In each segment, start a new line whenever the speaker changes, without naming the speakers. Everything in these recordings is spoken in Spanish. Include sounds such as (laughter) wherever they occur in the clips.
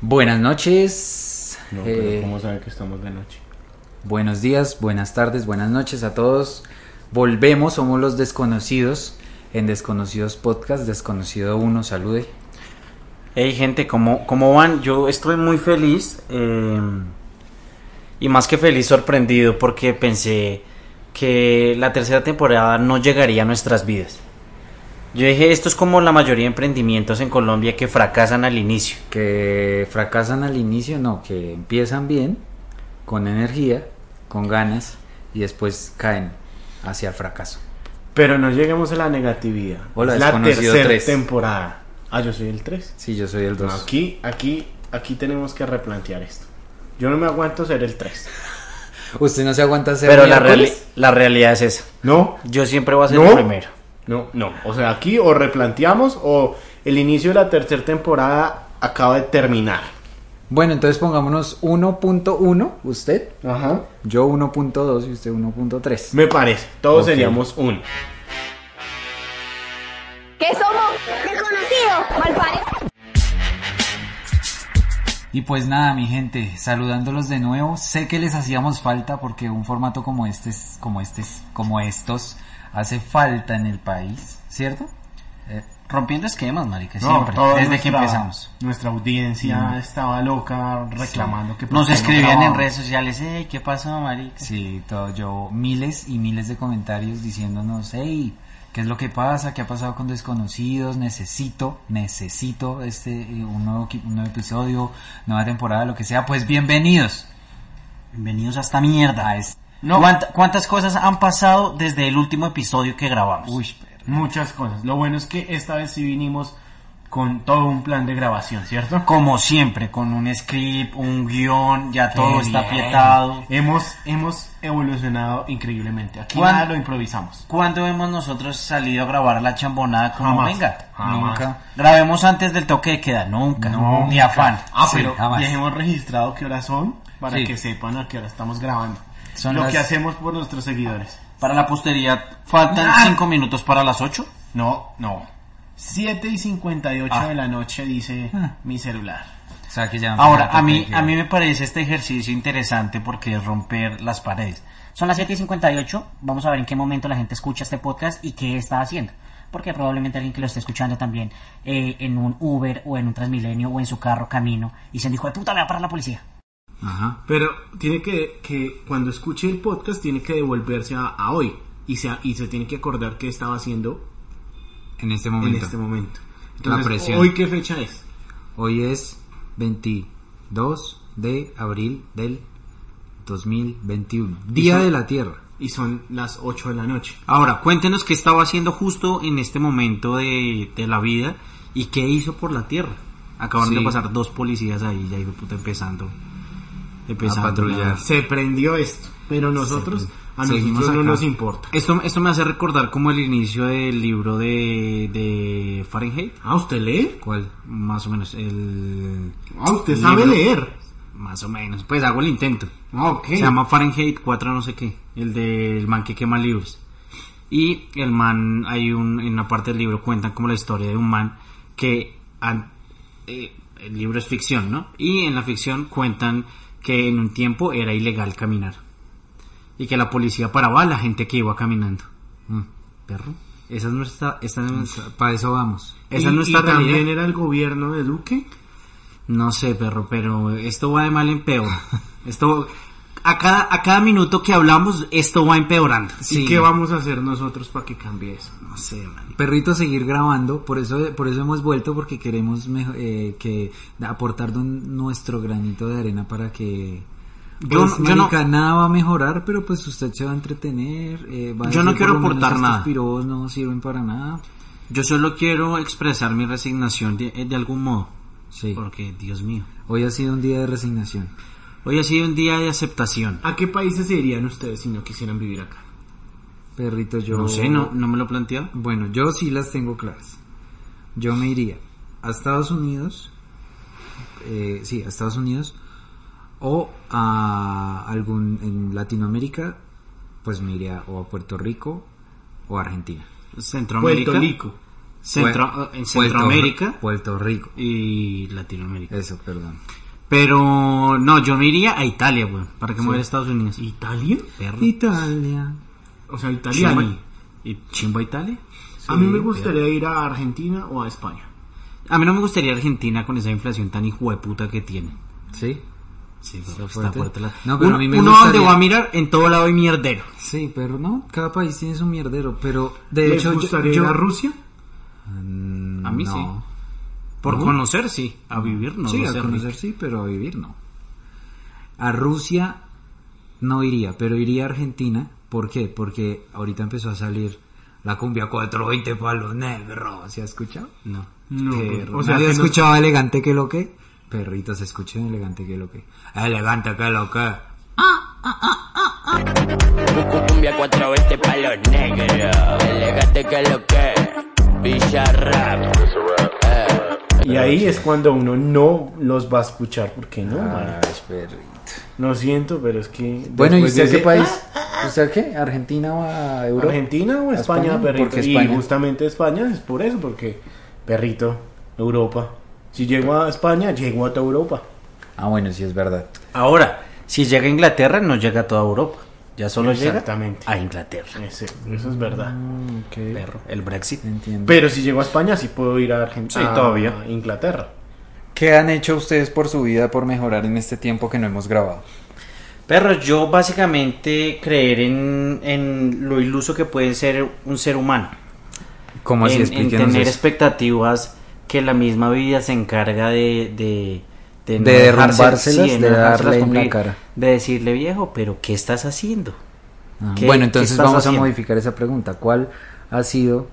Buenas noches.
No,
eh,
pero ¿cómo sabe que estamos de noche?
Buenos días, buenas tardes, buenas noches a todos. Volvemos, somos los desconocidos en Desconocidos Podcast. Desconocido 1, salude.
Hey gente, ¿cómo, cómo van? Yo estoy muy feliz eh, y más que feliz sorprendido porque pensé que la tercera temporada no llegaría a nuestras vidas. Yo dije, esto es como la mayoría de emprendimientos en Colombia que fracasan al inicio.
Que fracasan al inicio, no, que empiezan bien, con energía, con ganas y después caen hacia el fracaso.
Pero no lleguemos a la negatividad.
Hola,
es la
desconocido
tercera
tres.
temporada. Ah, yo soy el 3.
Sí, yo soy el 2.
Aquí, aquí, aquí tenemos que replantear esto. Yo no me aguanto ser el 3.
Usted no se aguanta ser
Pero la,
miércoles?
reali- la realidad es esa.
No,
Yo siempre voy a ser
¿No?
el primero.
no, no. O sea, aquí o replanteamos o el inicio de la tercera temporada acaba de terminar.
Bueno, entonces pongámonos 1.1, usted,
Ajá.
yo 1.2 y usted 1.3.
Me parece. Todos
Ok.
seríamos uno.
¿Qué somos? Desconocidos, malparidos.
Y pues nada, mi gente, saludándolos de nuevo. Sé que les hacíamos falta porque un formato como este, es- como este, es- como estos, hace falta en el país, ¿cierto? Eh,
Rompiendo esquemas, marica,
No, toda nuestra- Nuestra audiencia estaba loca reclamando que por
Nos
qué no
escribían en
grabamos.
redes sociales, hey, ¿qué pasa, marica?
sí, todo, yo miles y miles de comentarios diciéndonos, hey, ¿qué es lo que pasa? ¿Qué ha pasado con desconocidos? Necesito, necesito este eh, un nuevo, equi- un nuevo episodio, nueva temporada, lo que sea. Pues bienvenidos.
Bienvenidos a esta mierda.
A este-
No. ¿Cuánta- ¿Cuántas cosas han pasado desde el último episodio que grabamos?
Uy,
Muchas cosas. Lo bueno es que esta vez sí vinimos con todo un plan de grabación, ¿cierto?
Como siempre, con un script, un guión, ya todo está
bien.
apietado.
Hemos, hemos evolucionado increíblemente. Aquí
¿Cuán-
nada lo improvisamos.
¿Cuándo hemos nosotros salido a grabar la chambonada como
Jamás.
venga?
Jamás.
nunca.
Grabemos antes del toque de queda, nunca.
No.
Ni afán.
Ah,
Sí,
pero
jamás.
dejemos registrado qué horas son para
Sí.
que sepan a qué hora estamos grabando.
Son
lo
las-
que hacemos por nuestros seguidores.
Para la posteridad, faltan cinco minutos para las ocho.
No, no. 7 y 58
Ah.
de la noche dice
Ah.
mi celular.
O sea, que ya
Ahora, a mí, a mí me parece este ejercicio interesante porque es romper las paredes.
Son las 7 y 58. Vamos a ver en qué momento la gente escucha este podcast y qué está haciendo. Porque probablemente alguien que lo esté escuchando también eh, en un Uber o en un Transmilenio o en su carro camino y se dijo, de puta, me va a parar la policía.
Ajá.
Pero tiene que, que cuando escuche el podcast tiene que devolverse a, a hoy y se, y se tiene que acordar que estaba haciendo
En este momento.
en este momento.
La
Entonces,
presión.
¿hoy qué fecha es?
Hoy es 22 de abril del 2021. Día
son-
de la Tierra.
Y son las 8 de la noche.
Ahora, cuéntenos qué estaba haciendo justo en este momento de, de la vida y qué hizo por la tierra. Acabaron
Sí.
de pasar dos policías ahí, ya hijo de puta empezando.
A
Empezando.
patrullar.
la-
Se prendió esto, pero nosotros, a
Seguimos
nosotros no
acá.
nos importa.
Esto, esto me hace recordar como el inicio del libro de, de Fahrenheit,
Ah, ¿usted lee?
¿Cuál?
más o menos. El,
Ah, ¿usted sabe
libro.
leer?
Más o menos, pues hago el intento.
Ah, ok.
Se llama Fahrenheit 4 no sé qué, el del man que quema libros. Y el man, hay un, en una parte del libro cuentan como la historia de un man que an- eh, el libro es ficción, ¿no? Y en la ficción cuentan que en un tiempo era ilegal caminar. Y que la policía paraba a la gente que iba caminando.
Mm.
Perro. Esa es nuestra, esa es nuestra-
Para eso vamos.
esa
y,
es nuestra
y también
realidad.
era el gobierno de Duque.
No sé, perro, pero esto va de mal en peor. Esto, a cada, a cada minuto que hablamos, esto va empeorando.
Sí.
¿Y qué vamos a hacer nosotros para que cambie eso?
No sé, man.
Perrito, seguir grabando. Por eso, por eso hemos vuelto, porque queremos mejo- eh, que aportar un- nuestro granito de arena para que.
Yo
Pues,
no- yo no-
marica, nada va a mejorar, pero pues usted se va a entretener. eh, va a
Yo
decir,
no
por
quiero
lo menos
aportar
estos
nada.
pirobos no sirven para nada.
Yo solo quiero expresar mi resignación de, de algún modo.
Sí.
Porque, Dios mío.
Hoy ha sido un día de resignación.
Hoy ha sido un día de aceptación.
¿A qué países se irían ustedes si no quisieran vivir acá?
Perrito, yo.
No sé, no, no me lo planteo.
Bueno, yo sí las tengo claras. Yo me iría a Estados Unidos, eh, sí, a Estados Unidos, o a algún en Latinoamérica, pues me iría o a Puerto Rico o a Argentina.
Centroamérica.
Puerto Rico.
Centro-
Pue-
en
Puerto-
Centroamérica
Puerto Rico.
y Latinoamérica.
Eso, perdón.
Pero no, yo me iría a Italia, weón, para que me voy a Estados Unidos.
¿Italia?
Perro.
Italia. O sea,
Chimba,
italiani.
¿Y Chimba Italia?
a mí me gustaría ir a Argentina o a España.
A mí no me gustaría Argentina con esa inflación tan hijo de puta que tiene.
Sí,
Sí,
Está
está
fuerte.
fuerte la-
No, pero
uno,
a mí me
uno
gustaría-
donde va a mirar, en todo lado hay mierdero.
sí, pero no, cada país tiene su mierdero, pero de
¿Les
hecho yo-
gustaría
yo,
ir a Rusia?
Mm,
A mí sí.
no.
Por
¿No?
conocer, sí. A vivir, no.
sí,
no
a
sé,
conocer sí, pero a vivir no. A Rusia no iría, pero iría a Argentina. ¿Por qué? Porque ahorita empezó a salir la cumbia 420 palos negro. ¿Se ha escuchado?
No.
No.
Perro.
O sea,
Nadie
que
ha
no-
escuchado elegante que lo que. Perritos, escuchen elegante que lo que. Elegante que lo que.
Busco cumbia 420 pa' los negros. Elegante que lo que. Villarrap. Eh.
Y ahí es cuando uno no los va a escuchar, porque
Ah.
no, marica? Lo siento, pero es que.
Bueno,
Ah, después "Ah, de
¿y usted qué
ese-
país? ¿Usted qué? ¿Argentina o a Europa?
¿Argentina o
¿A
España,
España?
perrito?
Porque
y
España.
justamente España es por eso, porque perrito, Europa. Si llego a España, llego a toda Europa.
Ah, bueno, sí es verdad.
Ahora, si llega a Inglaterra, no llega a toda Europa. Ya solo llega
Exactamente.
a Inglaterra.
Ese- eso es verdad.
Perro. El Brexit.
Entiendo.
Mm, Pero si llego a España, sí puedo ir a Argentina.
Sí, todavía.
A Inglaterra.
¿Qué han hecho ustedes por su vida por mejorar en este tiempo que no hemos grabado?
Perro, yo básicamente creer en, en lo iluso que puede ser un ser humano.
¿Cómo así?
en, en
Explíquenos
tener
eso.
expectativas que la misma vida se encarga de
De
de,
derrumbárselas, de
dejárselas
darle en la
cumplir,
cara.
de decirle viejo, pero qué estás haciendo.
Ah,
¿Qué-
bueno,
qué
entonces
estás
vamos
haciendo?
a modificar esa pregunta. ¿Cuál ha sido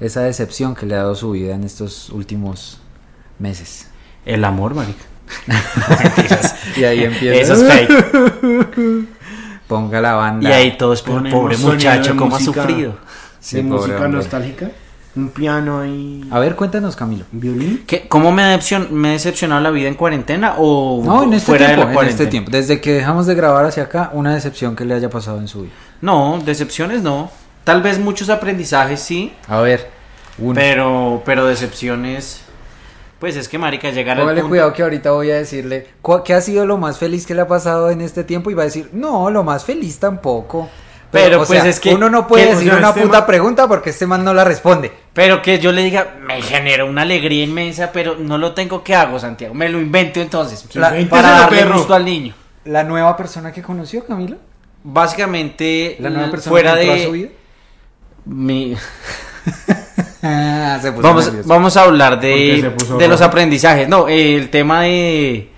esa decepción que le ha dado su vida en estos últimos meses?
El
(laughs)
amor, marica.
y ahí empieza.
Eso es
(laughs)
fake.
Ponga la
Y
banda.
ahí todos por
Ponemos
pobre
sonido
muchacho,
de
cómo ha
música.
sufrido.
Sí,
de
pobre
música
hombre.
nostálgica. Un piano ahí.
A ver, cuéntanos, Camilo.
Violín.
¿Qué- ¿Cómo me ha decepcion- me ha decepcionado la vida en cuarentena o
No, en este,
fuera de
tiempo,
la
en
cuarentena?
este tiempo. Desde que dejamos de grabar hacia acá, una decepción que le haya pasado en su vida.
No, decepciones no. Tal vez muchos aprendizajes sí,
A ver, uno.
pero pero decepciones pues es que marica llegar al
Póngale
punto
cuidado que ahorita voy a decirle cu- qué ha sido lo más feliz que le ha pasado en este tiempo y va a decir, no, lo más feliz tampoco.
Pero,
o
pues,
sea,
es que-
uno no puede
que- o
decir
sea,
una
este
puta
man-
pregunta porque este man no la responde.
Pero que yo le diga, me genera una alegría inmensa, pero no lo tengo, ¿qué hago, Santiago? Me lo invento entonces,
La-
pla-
invénteselo,
para darle
perro.
gusto al niño.
La nueva persona que conoció, Camilo.
Básicamente,
La nueva
l-
persona
fuera
que entró a su
de (laughs)
vida.
mi... (laughs)
Ah, se puso
Vamos,
nervioso.
vamos a hablar
Pues Porque se
de,
puso
de los
rojo.
aprendizajes. No, eh, el tema de,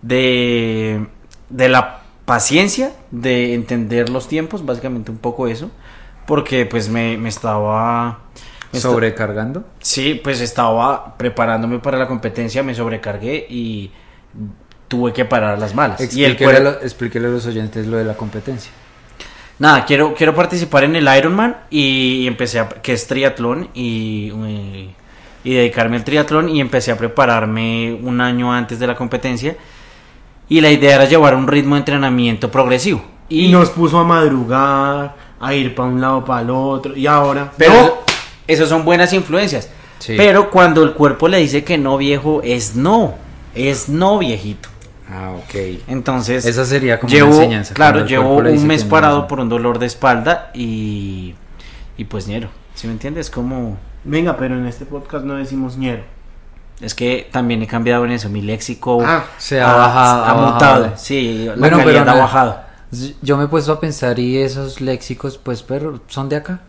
de, de la paciencia, de entender los tiempos, básicamente un poco eso. Porque pues me, me estaba... me esta-
Sobrecargando.
Sí, pues estaba preparándome para la competencia, me sobrecargué y tuve que parar las malas. Y el
Explíquele,
cuer-
a lo- explíquele a los oyentes lo de la competencia.
Nada, quiero, quiero participar en el Ironman y empecé a... que es triatlón y... eh, y dedicarme al triatlón y empecé a prepararme un año antes de la competencia y la idea era llevar un ritmo de entrenamiento progresivo.
Y nos puso a madrugar, a ir para un lado, para el otro. Y ahora.
Pero
¡No!
eso- esas son buenas influencias.
Sí.
Pero cuando el cuerpo le dice que no, viejo, es no. Es no, viejito.
Ah, ok.
Entonces,
Esa sería como
llevo,
una enseñanza.
Claro,
cuando el
llevo
cuerpo le
un
dice
mes
que no,
parado
no.
por un dolor de espalda y, y pues ñero. ¿Sí me entiendes? Como
Venga, pero en este podcast no decimos ñero.
es que también he cambiado en eso, mi léxico
Ah,
se ha bajado, ha
mutado.
bajado.
Sí, la
Bueno, pero
calidad ha
no-
bajado.
Yo me he puesto a pensar y esos léxicos, pues, pero son de acá.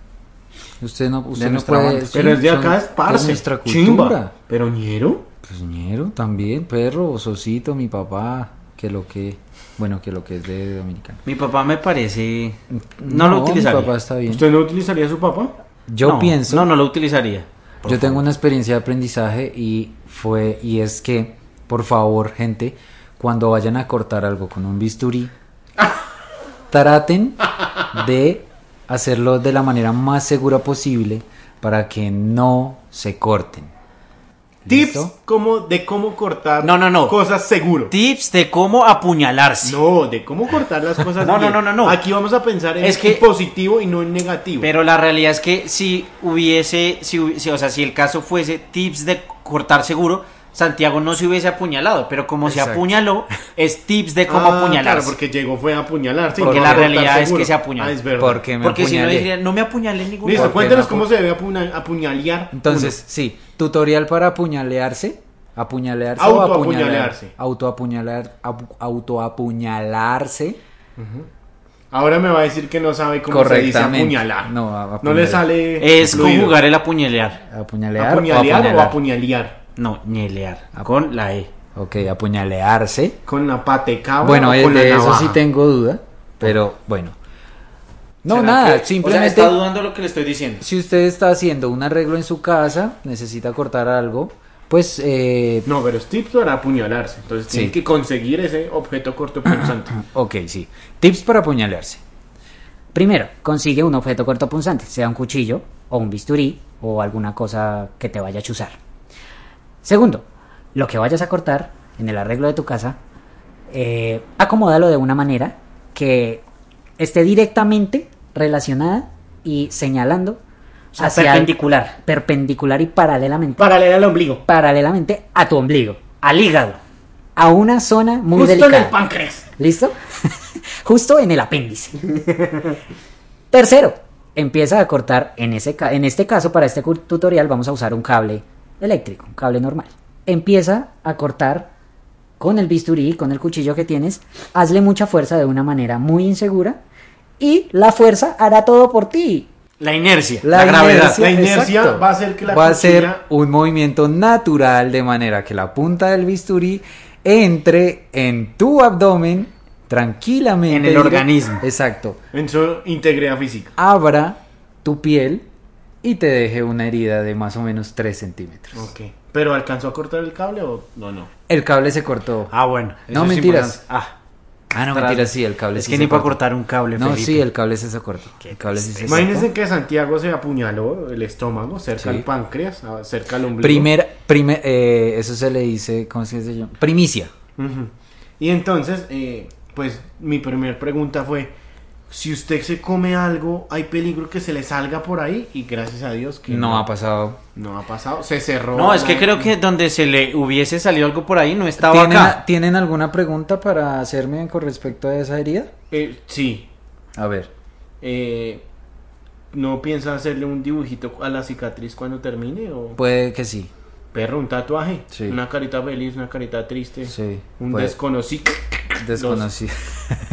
Usted no, usted
De
no
nuestra
puede.
banda.
sí,
Pero es de
son-
acá, es parce.
nuestra cultura.
Chimba. Pero ñero.
Pues ñero también, perro, Sosito, mi papá, que lo que. Bueno, que lo que es de dominicano.
Mi papá me parece no, lo
Mi
utilizaría.
papá está bien.
¿Usted no utilizaría a su papá?
Yo
No,
pienso.
No, no lo utilizaría. Por
Yo tengo
favor.
una experiencia de aprendizaje y fue y es que, por favor, gente, cuando vayan a cortar algo con un bisturí, traten de hacerlo de la manera más segura posible para que no se corten.
Tips
¿Listo?
como de cómo cortar
No, no, no.
cosas seguro.
Tips de cómo apuñalarse.
No, de cómo cortar las cosas
No, no,
bien.
no, no, no.
Aquí vamos a pensar en
Es que-
positivo y no en negativo.
Pero la realidad es que si hubiese, si, hubi- si- o sea, si el caso fuese tips de cortar seguro, Santiago no se hubiese apuñalado, pero como se
Exacto.
apuñaló, es tips de
Ah,
cómo apuñalarse.
Claro, porque llegó fue a apuñalarse. y
Porque
no
la
a cortar
realidad es
seguro.
que se apuñala.
Ah, es verdad.
Porque me
Porque si no
apuñalé.
diría, no me apuñalé en ningún
Listo,
Porque
cuéntanos
no
cómo
apu-
se debe apuna- apuñalear.
Entonces, sí, tutorial para apuñalearse. Apuñalearse. o apuñalar-
Autoapuñalearse.
Autoapuñalar. apu- Autoapuñalarse.
Uno. Ahora me va a decir que no sabe cómo se dice
Correctamente.
apuñalar.
No, a-
no le
apuñalar.
sale.
Es
fluido.
conjugar el apuñalear.
Apuñalear. o
Apuñalear o
apuñalar.
apuñalear.
No, ñelear. Con la E.
Ok, apuñalearse.
Con la patecaba.
Bueno,
o
eh,
Ah, con la
de eso
navaja?
sí tengo duda, pero bueno. No,
¿Será
nada,
que-
simplemente
O sea, está dudando lo que le estoy diciendo.
si usted está haciendo un arreglo en su casa, necesita cortar algo, pues eh,
No, pero es tips para apuñalarse. Entonces
Sí.
tiene que conseguir ese objeto
(clears throat)
corto punzante.
ok, sí. Tips para apuñalarse.
Primero, consigue un objeto cortopunzante, sea un cuchillo o un bisturí o alguna cosa que te vaya a chuzar. Segundo, lo que vayas a cortar en el arreglo de tu casa, eh, acomódalo de una manera que esté directamente relacionada y señalando
sea,
hacia el-
perpendicular.
perpendicular y paralelamente,
Paralela al ombligo.
paralelamente a tu ombligo,
Al hígado.
a una zona muy
Justo
delicada.
en el páncreas.
¿Listo? (laughs) Justo en el apéndice. Tercero, empieza a cortar, en, ese ca- en este caso para este cu- tutorial vamos a usar un cable eléctrico, un cable normal. Empieza a cortar con el bisturí, con el cuchillo que tienes, hazle mucha fuerza de una manera muy insegura y la fuerza hará todo por ti.
La inercia. La, gravedad.
La inercia
exacto.
va a hacer que la
va a
cuchilla-
ser un movimiento natural de manera que la punta del bisturí entre en tu abdomen tranquilamente
En el organismo.
Exacto.
En su integridad física.
Abra tu piel y te deje una herida de más o menos 3 centímetros.
Ok. ¿Pero alcanzó a cortar el cable o no? No.
El cable se cortó.
Ah, bueno.
No,
eso es
mentiras.
importante. Ah,
Ah, no,
Tras-
mentira, sí, el cable
es
sí
que
se
ni para
cortó.
cortar un cable,
No,
Felipe.
sí, el cable sí se cortó. El cable sí se
Imagínense
cortó.
que Santiago se apuñaló el estómago cerca
Sí.
al páncreas, a- cerca al ombligo.
Primer, primer, eh, eso se le dice, ¿cómo se dice yo? Primicia.
Ujú. Y entonces, eh, pues mi primer pregunta fue, si usted se come algo, ¿hay peligro que se le salga por ahí? Y gracias a Dios que
No ha pasado.
no ha pasado. Se cerró.
No, es
la-
que creo que donde se le hubiese salido algo por ahí no estaba
¿Tienen,
acá.
¿Tienen alguna pregunta para hacerme con respecto a esa herida?
Eh, sí.
A ver.
Eh, ¿No piensa hacerle un dibujito a la cicatriz cuando termine? ¿O
Puede que sí.
perro, un tatuaje?
Sí.
Una carita feliz, una carita triste.
Sí,
Un
puede.
desconocido.
Desconocí. (laughs)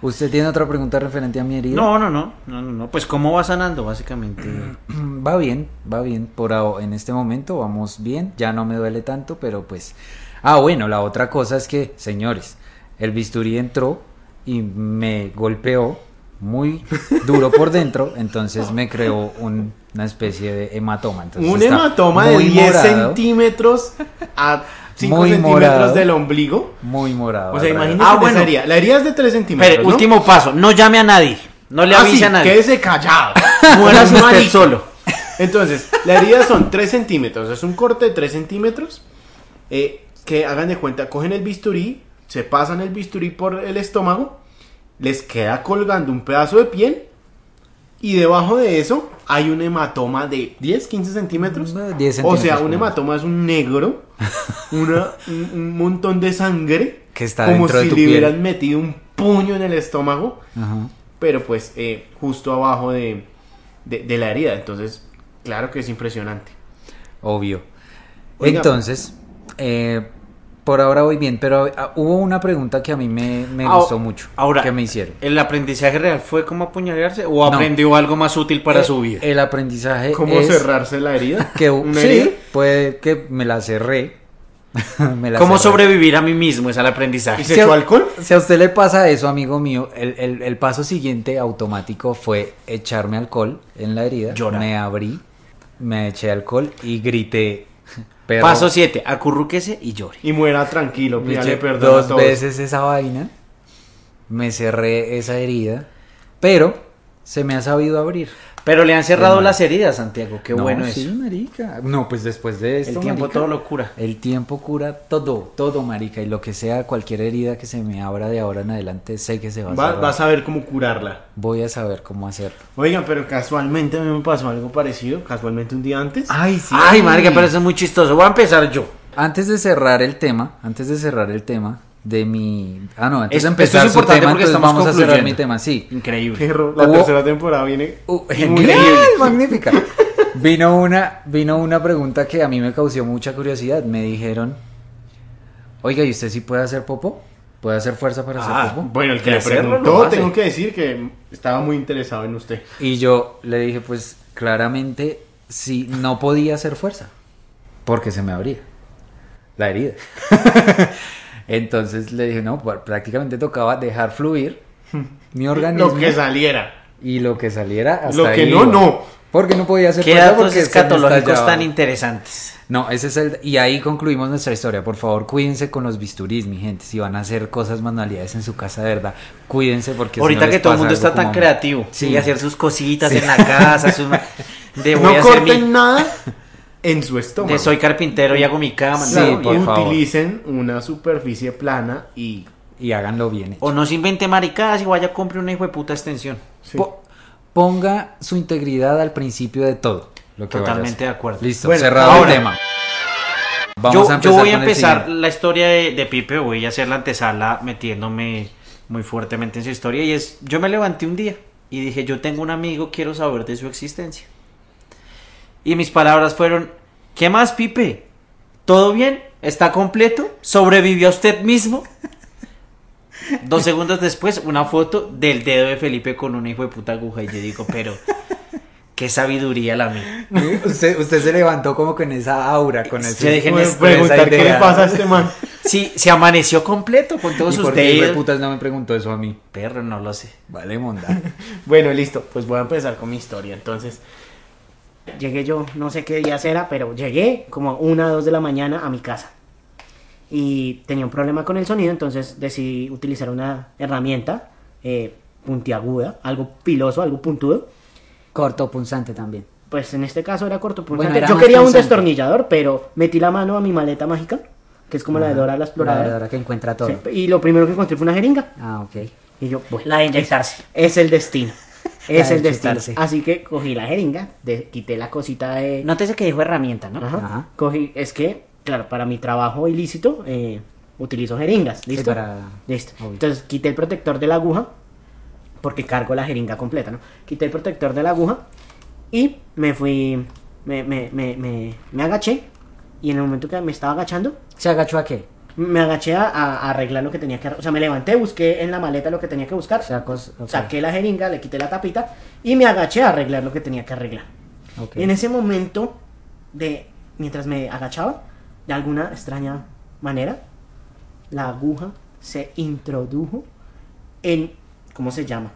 ¿Usted tiene otra pregunta referente a mi herida?
No, no, no, no, no, no. Pues cómo va sanando, básicamente.
Mm. (clears throat) Va bien, va bien. Por ahora, en este momento vamos bien. Ya no me duele tanto, pero pues. Ah, bueno, la otra cosa es que, señores, el bisturí entró y me golpeó
(laughs)
muy duro por dentro, entonces me creó un- una especie de hematoma. Entonces
Un
está
hematoma de
muy
10
morado,
centímetros a
(laughs)
5
Muy
centímetros
morado.
del ombligo.
Muy morado.
O sea,
alrededor.
imagínese
Ah,
esa
bueno.
herida. La herida es de 3 centímetros.
Pero,
¿no?
último paso, no llame a nadie. No le
Ah,
avise
sí,
a nadie.
Quédese
(laughs)
callado.
Mueras
No es
usted
marica.
solo.
Entonces, la herida son 3 centímetros. Es un corte de 3 centímetros. eh, que hagan de cuenta, cogen el bisturí, se pasan el bisturí por el estómago, les queda colgando un pedazo de piel. Y debajo de eso hay un hematoma de 10, 15 centímetros.
No, 10
o sea,
Mm, centímetros,
un
por lo
hematoma es
(laughs)
un negro, una- un, un montón de sangre.
Que está
como
dentro de
si
tu
le
piel.
hubieran metido un puño en el estómago
Ajá.
pero pues eh, justo abajo de, de, de la herida. Entonces, claro que es impresionante.
Obvio.
Oiga.
Entonces, eh, por ahora voy bien, pero ah, hubo una pregunta que a mí me, me
Ah,
gustó mucho.
Ahora,
que me hicieron.
¿El aprendizaje real fue cómo apuñalarse o aprendió algo más útil para
Eh,
su vida?
El aprendizaje
¿Cómo
Eh, es
cerrarse la herida?
(laughs) que
¿Una
sí,
herida?
puede que me la cerré. (laughs) me la
¿Cómo
cerré.
sobrevivir a mí mismo es el
¿Y
aprendizaje?
se echó alcohol?
Si a usted le pasa eso, amigo mío, el, el- el paso siguiente automático fue echarme alcohol en la herida.
Llora.
Me abrí, me eché alcohol y grité. (laughs) Pero
Paso 7, acurrúquese y llore.
Y muera tranquilo,
Me
pídale
eché
perdón a
dos
todos.
veces esa vaina. Me cerré esa herida. Pero se me ha sabido abrir.
Pero le han cerrado las heridas, Santiago. Qué
No,
bueno
sí,
eso.
marica. No, pues después de esto,
El tiempo
marica,
todo lo cura.
El tiempo cura todo, todo, marica. Y lo que sea, cualquier herida que se me abra de ahora en adelante, sé que se va a
Va-
cerrar.
vas a ver cómo curarla.
Voy a saber cómo hacerlo.
Oigan, pero casualmente a mí me pasó algo parecido, casualmente un día antes. (laughs)
Ay, sí.
Ay, marica, pero eso es muy chistoso. Voy a empezar yo.
Antes de cerrar el tema, antes de cerrar el tema de mi... Ah, no, antes
Es-
de
esto es
empezar su
importante
tema,
porque
entonces
estamos
vamos a cerrar
concluyendo.
mi tema, sí.
Increíble.
Perro, la
Hubo-
tercera temporada viene.
Uh,
muy
genial,
(laughs) bien.
magnífica. Vino una, vino una pregunta que a mí me causó mucha curiosidad. Me dijeron, oiga, ¿y usted sí puede hacer popó? ¿Puede hacer fuerza para hacer popó?
Bueno, el que
De
le
hacerlo,
preguntó,
lo hace.
tengo que decir que estaba muy interesado en usted.
Y yo le dije, pues claramente sí, no podía hacer fuerza, porque se me abría la herida. (laughs) Entonces le dije, no, pr- prácticamente tocaba dejar fluir mi organismo
Lo que saliera.
y lo que saliera hasta
Lo que
ahí
no,
iba.
no.
Porque no podía hacer
Qué
fuerza
datos
porque se me
escatológicos
estallaba.
tan interesantes.
No, ese es el... Y ahí concluimos nuestra historia. Por favor, cuídense con los bisturís, mi gente. Si van a hacer cosas, manualidades en su casa, de verdad, cuídense porque... si
Ahorita
no
que
les
todo el
pasa
mundo
algo
está
como a
tan
mí.
creativo.
Sí.
Sí. hacer sus cositas en la casa. sus-
(laughs)
De voy a
No
hacer mi-
corten nada en su estómago.
de soy carpintero y hago mi cama.
Sí,
¿no?
Claro,
por
y
favor.
utilicen una superficie plana y
Y háganlo bien.
O no se invente maricadas y vaya a comprar una hijo de puta extensión.
Sí.
Po- ponga su integridad al principio de todo. Lo que vaya a
Totalmente
hacer.
de acuerdo.
Listo,
Bueno,
cerrado
ahora.
el tema.
Yo, yo voy a
con el
empezar
siguiente.
la historia de, de Pipe, voy a hacer la antesala metiéndome muy fuertemente en su historia. Y es, yo me levanté un día y dije, yo tengo un amigo, quiero saber de su existencia. Y mis palabras fueron, ¿qué más Pipe? ¿Todo bien? ¿Está completo? ¿Sobrevivió a usted mismo? (laughs) Dos segundos después, una foto del dedo de Felipe con una hijo de puta aguja. Y yo digo, pero qué sabiduría la mía.
Usted, usted se levantó como con esa aura, con ese.
Yo dije,
con
"Ni
esa
preguntar qué le
idea".
pasa a este man. (laughs)
Sí, se amaneció completo con todos
¿Y
sus
por qué hijo de
dedos.
putas no me preguntó eso a mí?
Perro, no lo sé.
Vale, monda.
Bueno, listo, pues voy a empezar con mi historia. Entonces,
Llegué yo, no sé qué día era, pero llegué como a una o dos de la mañana a mi casa. Y tenía un problema con el sonido, entonces decidí utilizar una herramienta eh, puntiaguda, algo piloso, algo puntudo.
Corto punzante también.
Pues en este caso era corto
Bueno, era
yo
más
quería un
punzante.
destornillador, pero metí la mano a mi maleta mágica, que es como la de Dora la
La
exploradora.
verdad que encuentra todo.
Sí, y lo primero que encontré fue una jeringa.
Ah, ok.
Y yo, bueno,
La de inyectarse.
es
(laughs)
el destino. Es
de
el destino.
chutarse.
Así que cogí la jeringa, de- quité la cosita de,
Nótese que dijo herramienta, ¿no?
Ajá.
Ajá.
Cogí, es que, claro, para mi trabajo ilícito eh, utilizo jeringas, ¿listo?
para-
Listo.
obvio.
Entonces quité el protector de la aguja, porque cargo la jeringa completa, ¿no? Quité el protector de la aguja y me fui, me, me, me, me, me agaché y en el momento que me estaba agachando,
¿Se agachó a qué?
me agaché a, a arreglar lo que tenía que arreglar. O sea, me levanté, busqué en la maleta lo que tenía que buscar.
Sacos- ok.
Saqué la jeringa, le quité la tapita y me agaché a arreglar lo que tenía que arreglar.
Ok.
En ese momento, de mientras me agachaba, de alguna extraña manera, la aguja se introdujo en. ¿Cómo se llama?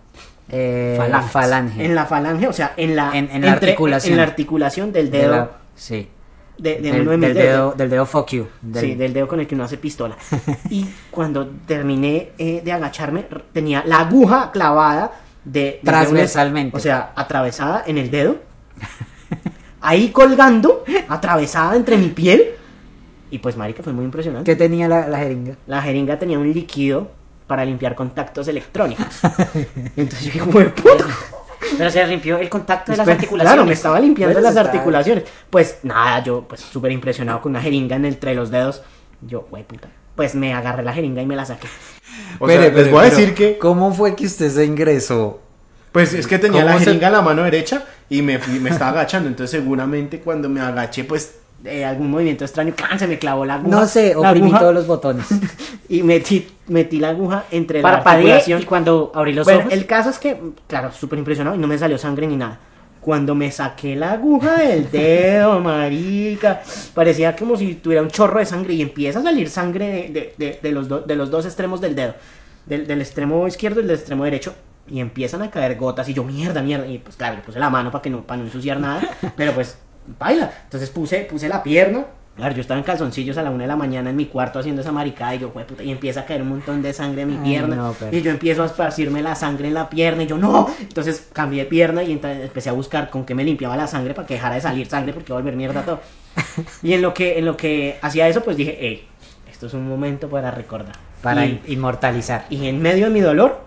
Eh,
Falanges.
falange.
En la falange, o sea, en la,
En- en la articulación.
en la articulación del
De
dedo.
la- sí.
de, de
del,
uno de mis
del
dedos,
dedo, del dedo fuck you. Del-
Sí, del dedo con el que uno hace pistola. Y cuando terminé eh, de agacharme, r- tenía la aguja clavada de... desde una-
Transversalmente.
o sea, atravesada en el dedo. Ahí colgando, atravesada entre mi piel. Y pues, marica, fue muy impresionante.
¿Qué tenía la, la jeringa?
La jeringa tenía un líquido para limpiar contactos electrónicos. Entonces yo dije, "Jue puta".
Pero se limpió el contacto de las
Pues,
articulaciones.
Claro, me estaba limpiando
Bueno,
las
está-
articulaciones. Pues nada, yo pues súper impresionado con una jeringa en entre los dedos. Yo, güey, puta. Pues me agarré la jeringa y me la saqué.
o sea,
Espere,
les
espere,
voy a
pero,
decir que,
¿Cómo fue que usted se ingresó?
pues es que tenía la
¿Cómo se-
jeringa en la mano derecha y me, fui- me estaba agachando. Entonces, seguramente cuando me agaché, pues
Eh, algún movimiento extraño, ¡clan! se me clavó la aguja.
No sé,
la
oprimí
aguja,
todos los botones.
(laughs) Y metí, metí la aguja entre la
Parpadeé
articulación.
y cuando abrí los
bueno,
ojos.
el caso es que, claro, súper impresionado y no me salió sangre ni nada. Cuando me saqué la aguja
(laughs)
del dedo, marica, parecía como si tuviera un chorro de sangre y empieza a salir sangre de, de- de- de los, do- de los dos extremos del dedo, del, del extremo izquierdo y del extremo derecho. Y empiezan a caer gotas y yo, mierda, mierda. Y
(laughs)
pues claro, le puse la mano para que no, para no ensuciar nada, pero pues, baila. Entonces puse, puse la pierna, Claro, yo estaba en calzoncillos a la una de la mañana en mi cuarto haciendo esa maricada y yo, "Jue puta", y empieza a caer un montón de sangre en mi pierna.
no, pero-
Y yo empiezo a esparcirme la sangre en la pierna y yo, no. Entonces cambié de pierna y enta- empecé a buscar con qué me limpiaba la sangre para que dejara de salir sangre porque iba a volver mierda
(laughs)
todo. Y en lo que, en lo que hacía eso, pues dije, hey, esto es un momento para recordar.
Para
y,
inmortalizar.
y en medio de mi dolor,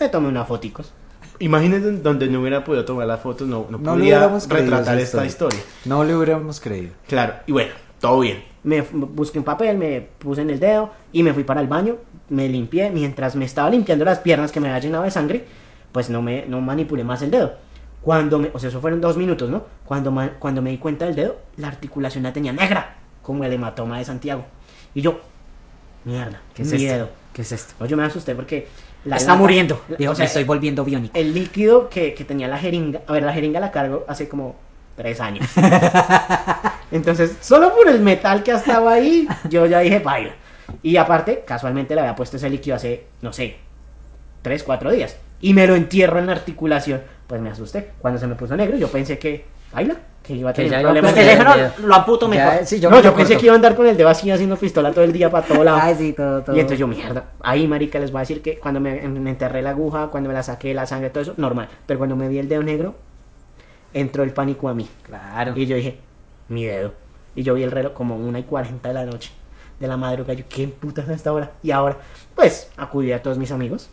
me tomé unas foticos.
Imagínense donde no hubiera podido tomar las fotos, no, no,
No le
podía
hubiéramos creído
retratar
esa
esta
historia.
historia.
No le hubiéramos creído.
Claro, y bueno, todo bien.
Me f- busqué un papel, me puse en el dedo y me fui para el baño, me limpié. Mientras me estaba limpiando las piernas que me había llenado de sangre, pues no me no manipulé más el dedo. Cuando me, o sea, eso fueron dos minutos, ¿no? Cuando, ma- cuando me di cuenta del dedo, la articulación la tenía negra, como el hematoma de Santiago. Y yo, mierda,
¿Qué es
miedo.
esto? ¿Qué es esto?
No, yo me asusté porque... la
Está
lata-
muriendo.
la-
Digo,
o sea,
me estoy volviendo biónico.
el líquido que, que tenía la jeringa, a ver, la jeringa la cargo hace como tres
(laughs)
años. Entonces, solo por el metal que estaba ahí, yo ya dije, baila. Y aparte, casualmente le había puesto ese líquido hace, no sé, tres, cuatro días. Y me lo entierro en la articulación. Pues me asusté. Cuando se me puso negro, yo pensé que, baila, que iba a
Que
tener
ya iba a
problemas.
perder
Porque dije,
el
no, lo aputo
Ya,
mejor.
sí, yo
no,
me
yo
acuerdo.
pensé que iba a andar con el dedo así haciendo pistola todo el día para todo lado.
Ay, sí, todo, todo.
Y entonces yo, mierda, ahí marica les voy a decir que cuando me, me enterré la aguja, cuando me la saqué, la sangre, todo eso, normal. Pero cuando me vi el dedo negro, entró el pánico a mí.
Claro.
Y yo dije, mi dedo. Y yo vi el reloj como una y 40 de la noche, de la madrugada. Yo, ¿qué putas a esta hora? Y ahora, pues, acudí a todos mis amigos.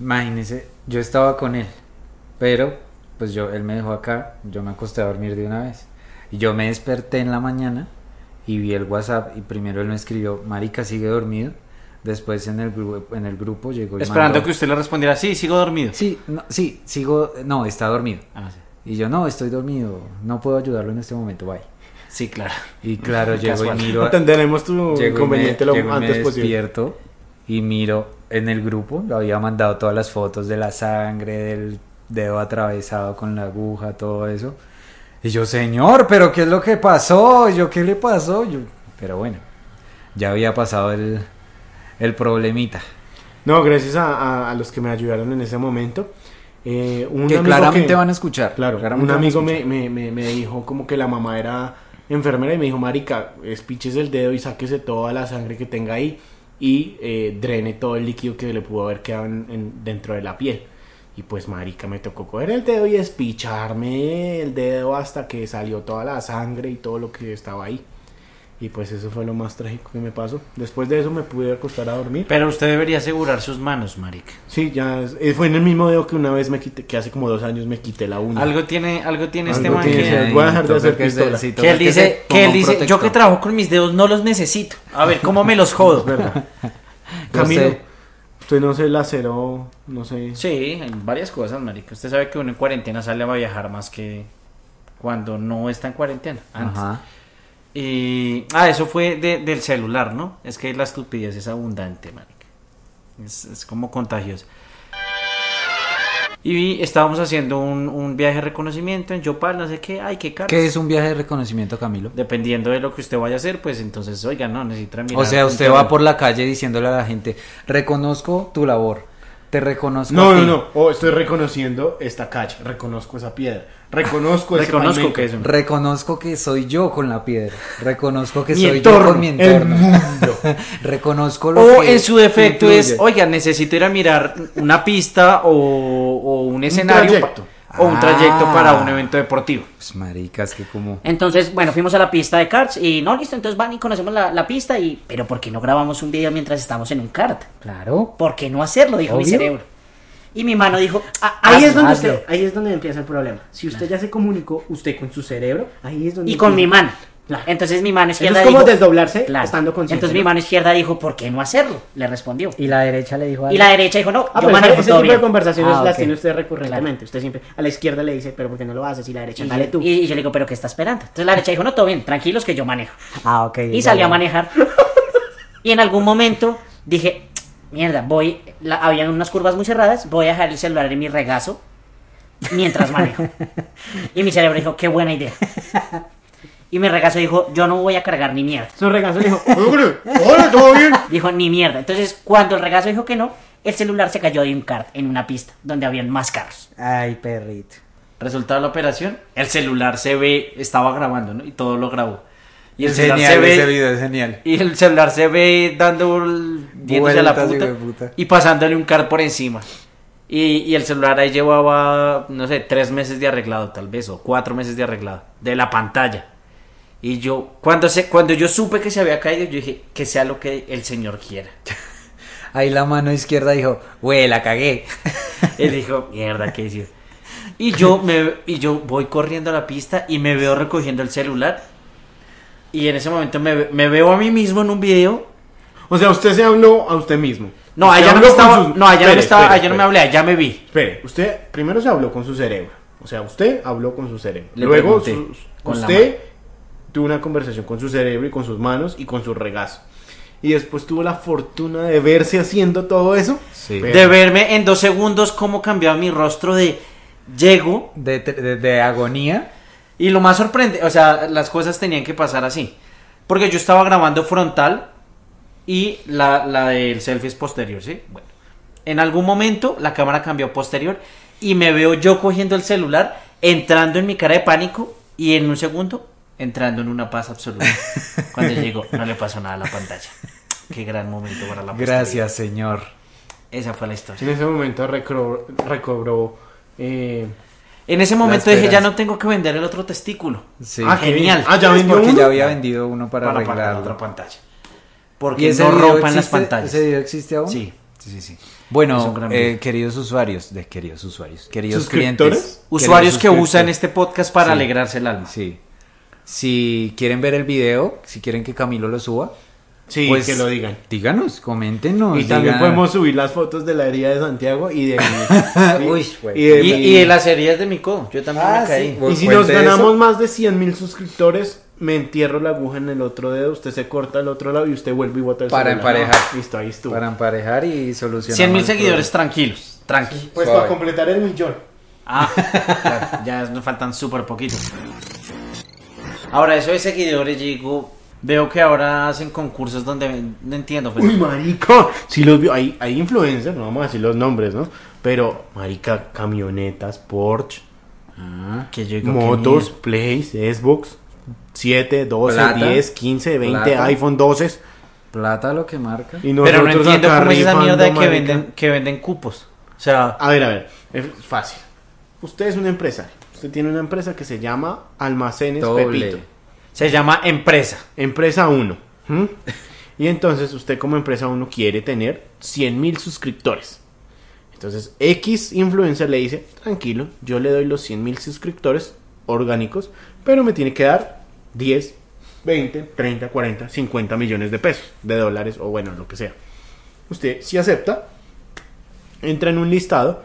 Imagínese, yo estaba con él, pero pues yo, él me dejó acá, yo me acosté a dormir de una vez. Y yo me desperté en la mañana y vi el WhatsApp y primero él me escribió, Marica sigue dormido. Después en el, gru- en el grupo llegó y
Esperando
mandó,
que usted le respondiera, sí, sigo dormido.
Sí, no, sí, sigo, no, está dormido.
Ah, sí.
Y yo, no, estoy dormido, no puedo ayudarlo en este momento, bye.
Sí, claro.
Y claro, llego y miro, a-
Entenderemos tu
llego y me,
inconveniente lo
llego y me
antes posible.
despierto y miro en el grupo, lo había mandado todas las fotos de la sangre, del dedo atravesado con la aguja, todo eso. Y yo, señor, pero ¿qué es lo que pasó? Yo, ¿qué le pasó? Yo, pero bueno, ya había pasado el, el problemita.
No, gracias a, a- a los que me ayudaron en ese momento. Eh, un
Que
amigo
claramente
que-
van a escuchar.
Claro,
claramente
un
van a
amigo
escuchar.
me, me, me, me dijo como que la mamá era enfermera y me dijo, marica, espiches el dedo y sáquese toda la sangre que tenga ahí y eh, drene todo el líquido que le pudo haber quedado en- en- dentro de la piel. Y pues, marica, me tocó coger el dedo y espicharme el dedo hasta que salió toda la sangre y todo lo que estaba ahí. Y pues eso fue lo más trágico que me pasó. Después de eso me pude acostar a dormir.
Pero usted debería asegurar sus manos, marica.
Sí, ya es- eh, fue en el mismo dedo que una vez me quité, que hace como dos años me quité la uña.
Algo tiene, algo tiene este
Algo
man
tiene
que-
ese- voy a dejar de hacer
Toca que se-
pistola.
sí, toca
Que él
que se
dice,
ponga
que él
un
dice, yo
protector.
que trabajo con mis dedos no los necesito. A ver, (laughs) ¿cómo me los jodo?
Yo
Camilo,
sé.
usted no se laceró, no sé.
Sí, hay varias cosas, marica. Usted sabe que uno en cuarentena sale a viajar más que cuando no está en cuarentena. Antes.
Ajá.
Y, ah, eso fue de- del celular, ¿no? Es que la estupidez es abundante, marica. Es, es como contagiosa. Y vi- estábamos haciendo un, un viaje de reconocimiento en Yopal, no sé qué. Ay, qué caro.
¿Qué es un viaje de reconocimiento, Camilo?
Dependiendo de lo que usted vaya a hacer, pues entonces, oiga, no, necesita mirar
O sea,
un
usted
tema.
va por la calle diciéndole a la gente, reconozco tu labor, te reconozco.
No,
a ti,
no, no. Oh, estoy reconociendo esta calle, reconozco esa piedra, reconozco ese
Reconozco
pavimento,
que es un...
Reconozco que soy yo con la piedra, reconozco que
Mi
soy yo
entorno,
con mi
el
entorno, (laughs) reconozco lo
O
que
en su defecto es,
influye.
oiga, necesito ir a mirar una pista o, o un escenario pa-
trayecto.
o un trayecto
Ah.
para un evento deportivo.
Pues maricas que como
Entonces, bueno, fuimos a la pista de karts y no, listo, entonces van y conocemos la, la pista y... Pero ¿por qué no grabamos un video mientras estamos en un kart?
claro,
¿Por qué no hacerlo? Dijo mi
Obvio.
cerebro. Y mi mano dijo,
Ah, ahí,
hazlo,
es donde
hazlo.
usted, ahí es donde empieza el problema. Si usted ya se comunicó, usted con su cerebro, ahí es donde...
Y con mi
empieza.
mano. Entonces mi mano
Eso
izquierda
es como
dijo...
desdoblarse
Claro.
estando consciente.
Entonces mi
¿no?
mano izquierda dijo, ¿por qué no hacerlo? Le respondió.
Y la derecha le dijo
Y la derecha dijo, no,
Ah,
yo
pero ese,
manejo
ese
todo
tipo de
bien.
conversaciones
Ah,
las
ok.
tiene usted recurrentemente. Usted siempre a la izquierda le dice, pero ¿por qué no lo haces? Y la derecha,
Y,
dale tú.
y- y yo le digo, ¿pero qué está esperando? Entonces la derecha dijo, no, todo bien, tranquilos que yo manejo.
ah, ok.
Y salí a manejar. Y en algún momento dije, mierda, voy, la- habían unas curvas muy cerradas, voy a dejar el celular en mi regazo mientras manejo. Y mi cerebro dijo, qué buena idea. Y mi regazo dijo, yo no voy a cargar ni mierda.
Su regazo le dijo,
(laughs)
Hola, ¿todo bien?
Dijo, ni mierda. Entonces, cuando el regazo dijo que no, el celular se cayó de un kart en una pista donde habían más carros.
ay perrito.
Resultado de la operación, el celular se ve, estaba grabando, ¿no? Y todo lo grabó. Y el
Es
celular
genial
se ve.
ese video, es genial.
Y el celular se ve dando el- diéndose a la
Vueltas,
puta,
hijo de puta.
y pasándole un car por encima. Y, y el celular ahí llevaba, no sé, tres meses de arreglado tal vez, o cuatro meses de arreglado, de la pantalla. Y yo, cuando, se, cuando yo supe que se había caído, yo dije, que sea lo que el señor quiera.
Ahí la mano izquierda dijo, güey, la
(laughs)
cagué.
Ah, Él dijo, mierda, ¿qué hice? Y yo, me, y yo voy corriendo a la pista y me veo recogiendo el celular. Y en ese momento me, ve- me veo a mí mismo en un video.
(laughs) O sea, usted se habló a usted mismo.
No,
Usted
allá no me
habló con
estaba.
sus-
No, allá no me
Espere,
estaba.
espere,
allá no me
espere.
hablé, allá me vi.
Espere, usted primero se habló con su cerebro. O sea, usted habló con su cerebro.
Le
Luego,
pregunté,
sus-
con la
usted tuvo una conversación con su cerebro y con sus manos y con su regazo. Y después tuvo la fortuna de verse haciendo todo eso.
Sí.
Pero-
De verme en dos segundos cómo cambiaba mi rostro de. Llego.
De, de- de agonía.
Y lo más sorprendente. O sea, las cosas tenían que pasar así. Porque yo estaba grabando frontal. Y la, la del selfie es posterior, ¿sí? Bueno. En algún momento la cámara cambió a posterior. Y me veo yo cogiendo el celular. Entrando en mi cara de pánico. Y en un segundo. Entrando en una paz absoluta.
(laughs)
Cuando llego, no le pasó nada a la pantalla. Qué gran momento para la posteridad.
Gracias, señor.
Esa fue la historia.
En ese momento recobró. recobró, eh,
En ese momento
La
dije, ya
esperanza.
no tengo que vender el otro testículo.
Sí.
ah, qué
genial.
bien. Ah, ya vendió
porque
uno.
ya había vendido uno para,
Para, pagar la
arreglarlo.
otra pantalla. Porque no
video
rompan las
existe-
pantallas.
¿Ese video existe aún?
Sí, sí, sí. sí. Es un
Bueno,
gran
eh,
video.
queridos usuarios, de queridos usuarios, queridos
¿Suscriptores?
clientes,
Usuarios que
queridos
usan
suscriptores.
este podcast para
Sí.
alegrarse el alma.
Sí. Si quieren ver el video, si quieren que Camilo lo suba,
Sí,
pues
que lo digan.
Díganos, coméntenos.
Y también
digan-
podemos subir las fotos de la herida de Santiago y de.
(laughs)
Uy,
y,
Y,
de mi-
y de las heridas de mi codo. Yo también
Ah,
me caí.
sí.
Y si
Cuente
nos ganamos
eso.
más de 100 mil suscriptores, me entierro la aguja en el otro dedo, usted se corta el otro lado y usted vuelve y bota el
Para
celular.
emparejar.
No, listo, ahí estuvo.
Para emparejar y solucionar.
100 mil
el problema.
seguidores tranquilos. Tranqui.
Pues
Suave.
para completar el millón.
(laughs)
Ah, claro, ya nos faltan súper poquitos. Ahora, eso de seguidores, digo, veo que ahora hacen concursos donde no entiendo. pues, pero-
Uy, marica. Pues, Si los vio, hay, hay influencers, no vamos a decir los nombres, ¿no? Pero, marica, camionetas, Porsche,
Ah,
que yo digo, ¿qué
motos, Plays, Xbox, 7, 12,
Plata.
10, 15, 20,
Plata.
iPhone 12.
Plata lo que marca.
Y
Pero no
nosotros
entiendo
acá
cómo es esa
rifando,
mierda de que
marica.
venden, que venden cupos. O sea,
A ver, a ver, es fácil. Usted es un empresario. Usted tiene una empresa que se llama Almacenes
Doble.
Pepito.
se llama empresa.
Empresa 1. ¿m? Y entonces usted como empresa 1 quiere tener 100 mil suscriptores. Entonces X influencer le dice, tranquilo, yo le doy los 100 mil suscriptores orgánicos, pero me tiene que dar 10, 20, 30, 40, 50 millones de pesos, de dólares o bueno, lo que sea. Usted si acepta, entra en un listado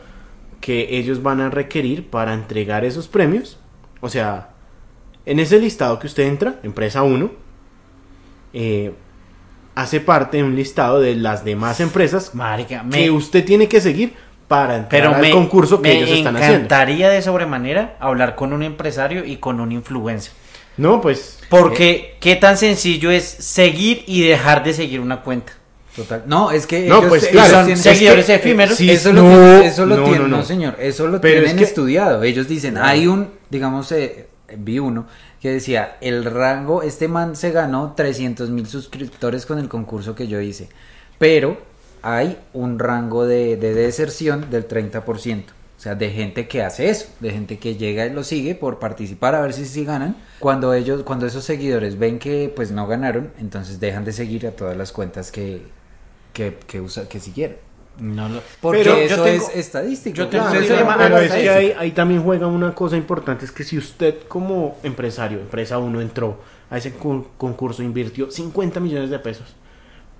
que ellos van a requerir para entregar esos premios. O sea, en ese listado que usted entra, empresa 1, eh, hace parte de un listado de las demás empresas
Marica,
que
me,
usted tiene que seguir para entrar
pero
al
me,
concurso que
me
ellos están haciendo.
encantaría de sobremanera hablar con un empresario y con un influencer.
No, pues
Porque qué tan sencillo es seguir y dejar de seguir una cuenta.
Total. No, es que.
No,
Eh, ellos-
pues,
ellos
claro,
tienen- ¿eh,
es
seguidores
que-
efímeros.
sí,
eso
no,
lo, tienen- eso lo
no,
tienen,
no, no.
señor, eso lo
Pero es
tienen
que-
estudiado. Ellos dicen, hay un, digamos, eh, vi uno que decía, el rango, este man se ganó 300 mil suscriptores con el concurso que yo hice, pero hay un rango de, de deserción del 30%. O sea, de gente que hace eso, de gente que llega y lo sigue por participar a ver si sí ganan. Cuando ellos, cuando esos seguidores ven que pues no ganaron, entonces dejan de seguir a todas las cuentas que que que, usa- que siguieron.
No lo-
Porque
Pero yo
eso
tengo-
es estadístico.
yo tengo
Claro,
Entonces
o
se
sea,
llama
pero es que
estadística.
ahí, ahí también juega una cosa importante, es que si usted como empresario, empresa uno entró a ese cu- concurso, invirtió 50 millones de pesos,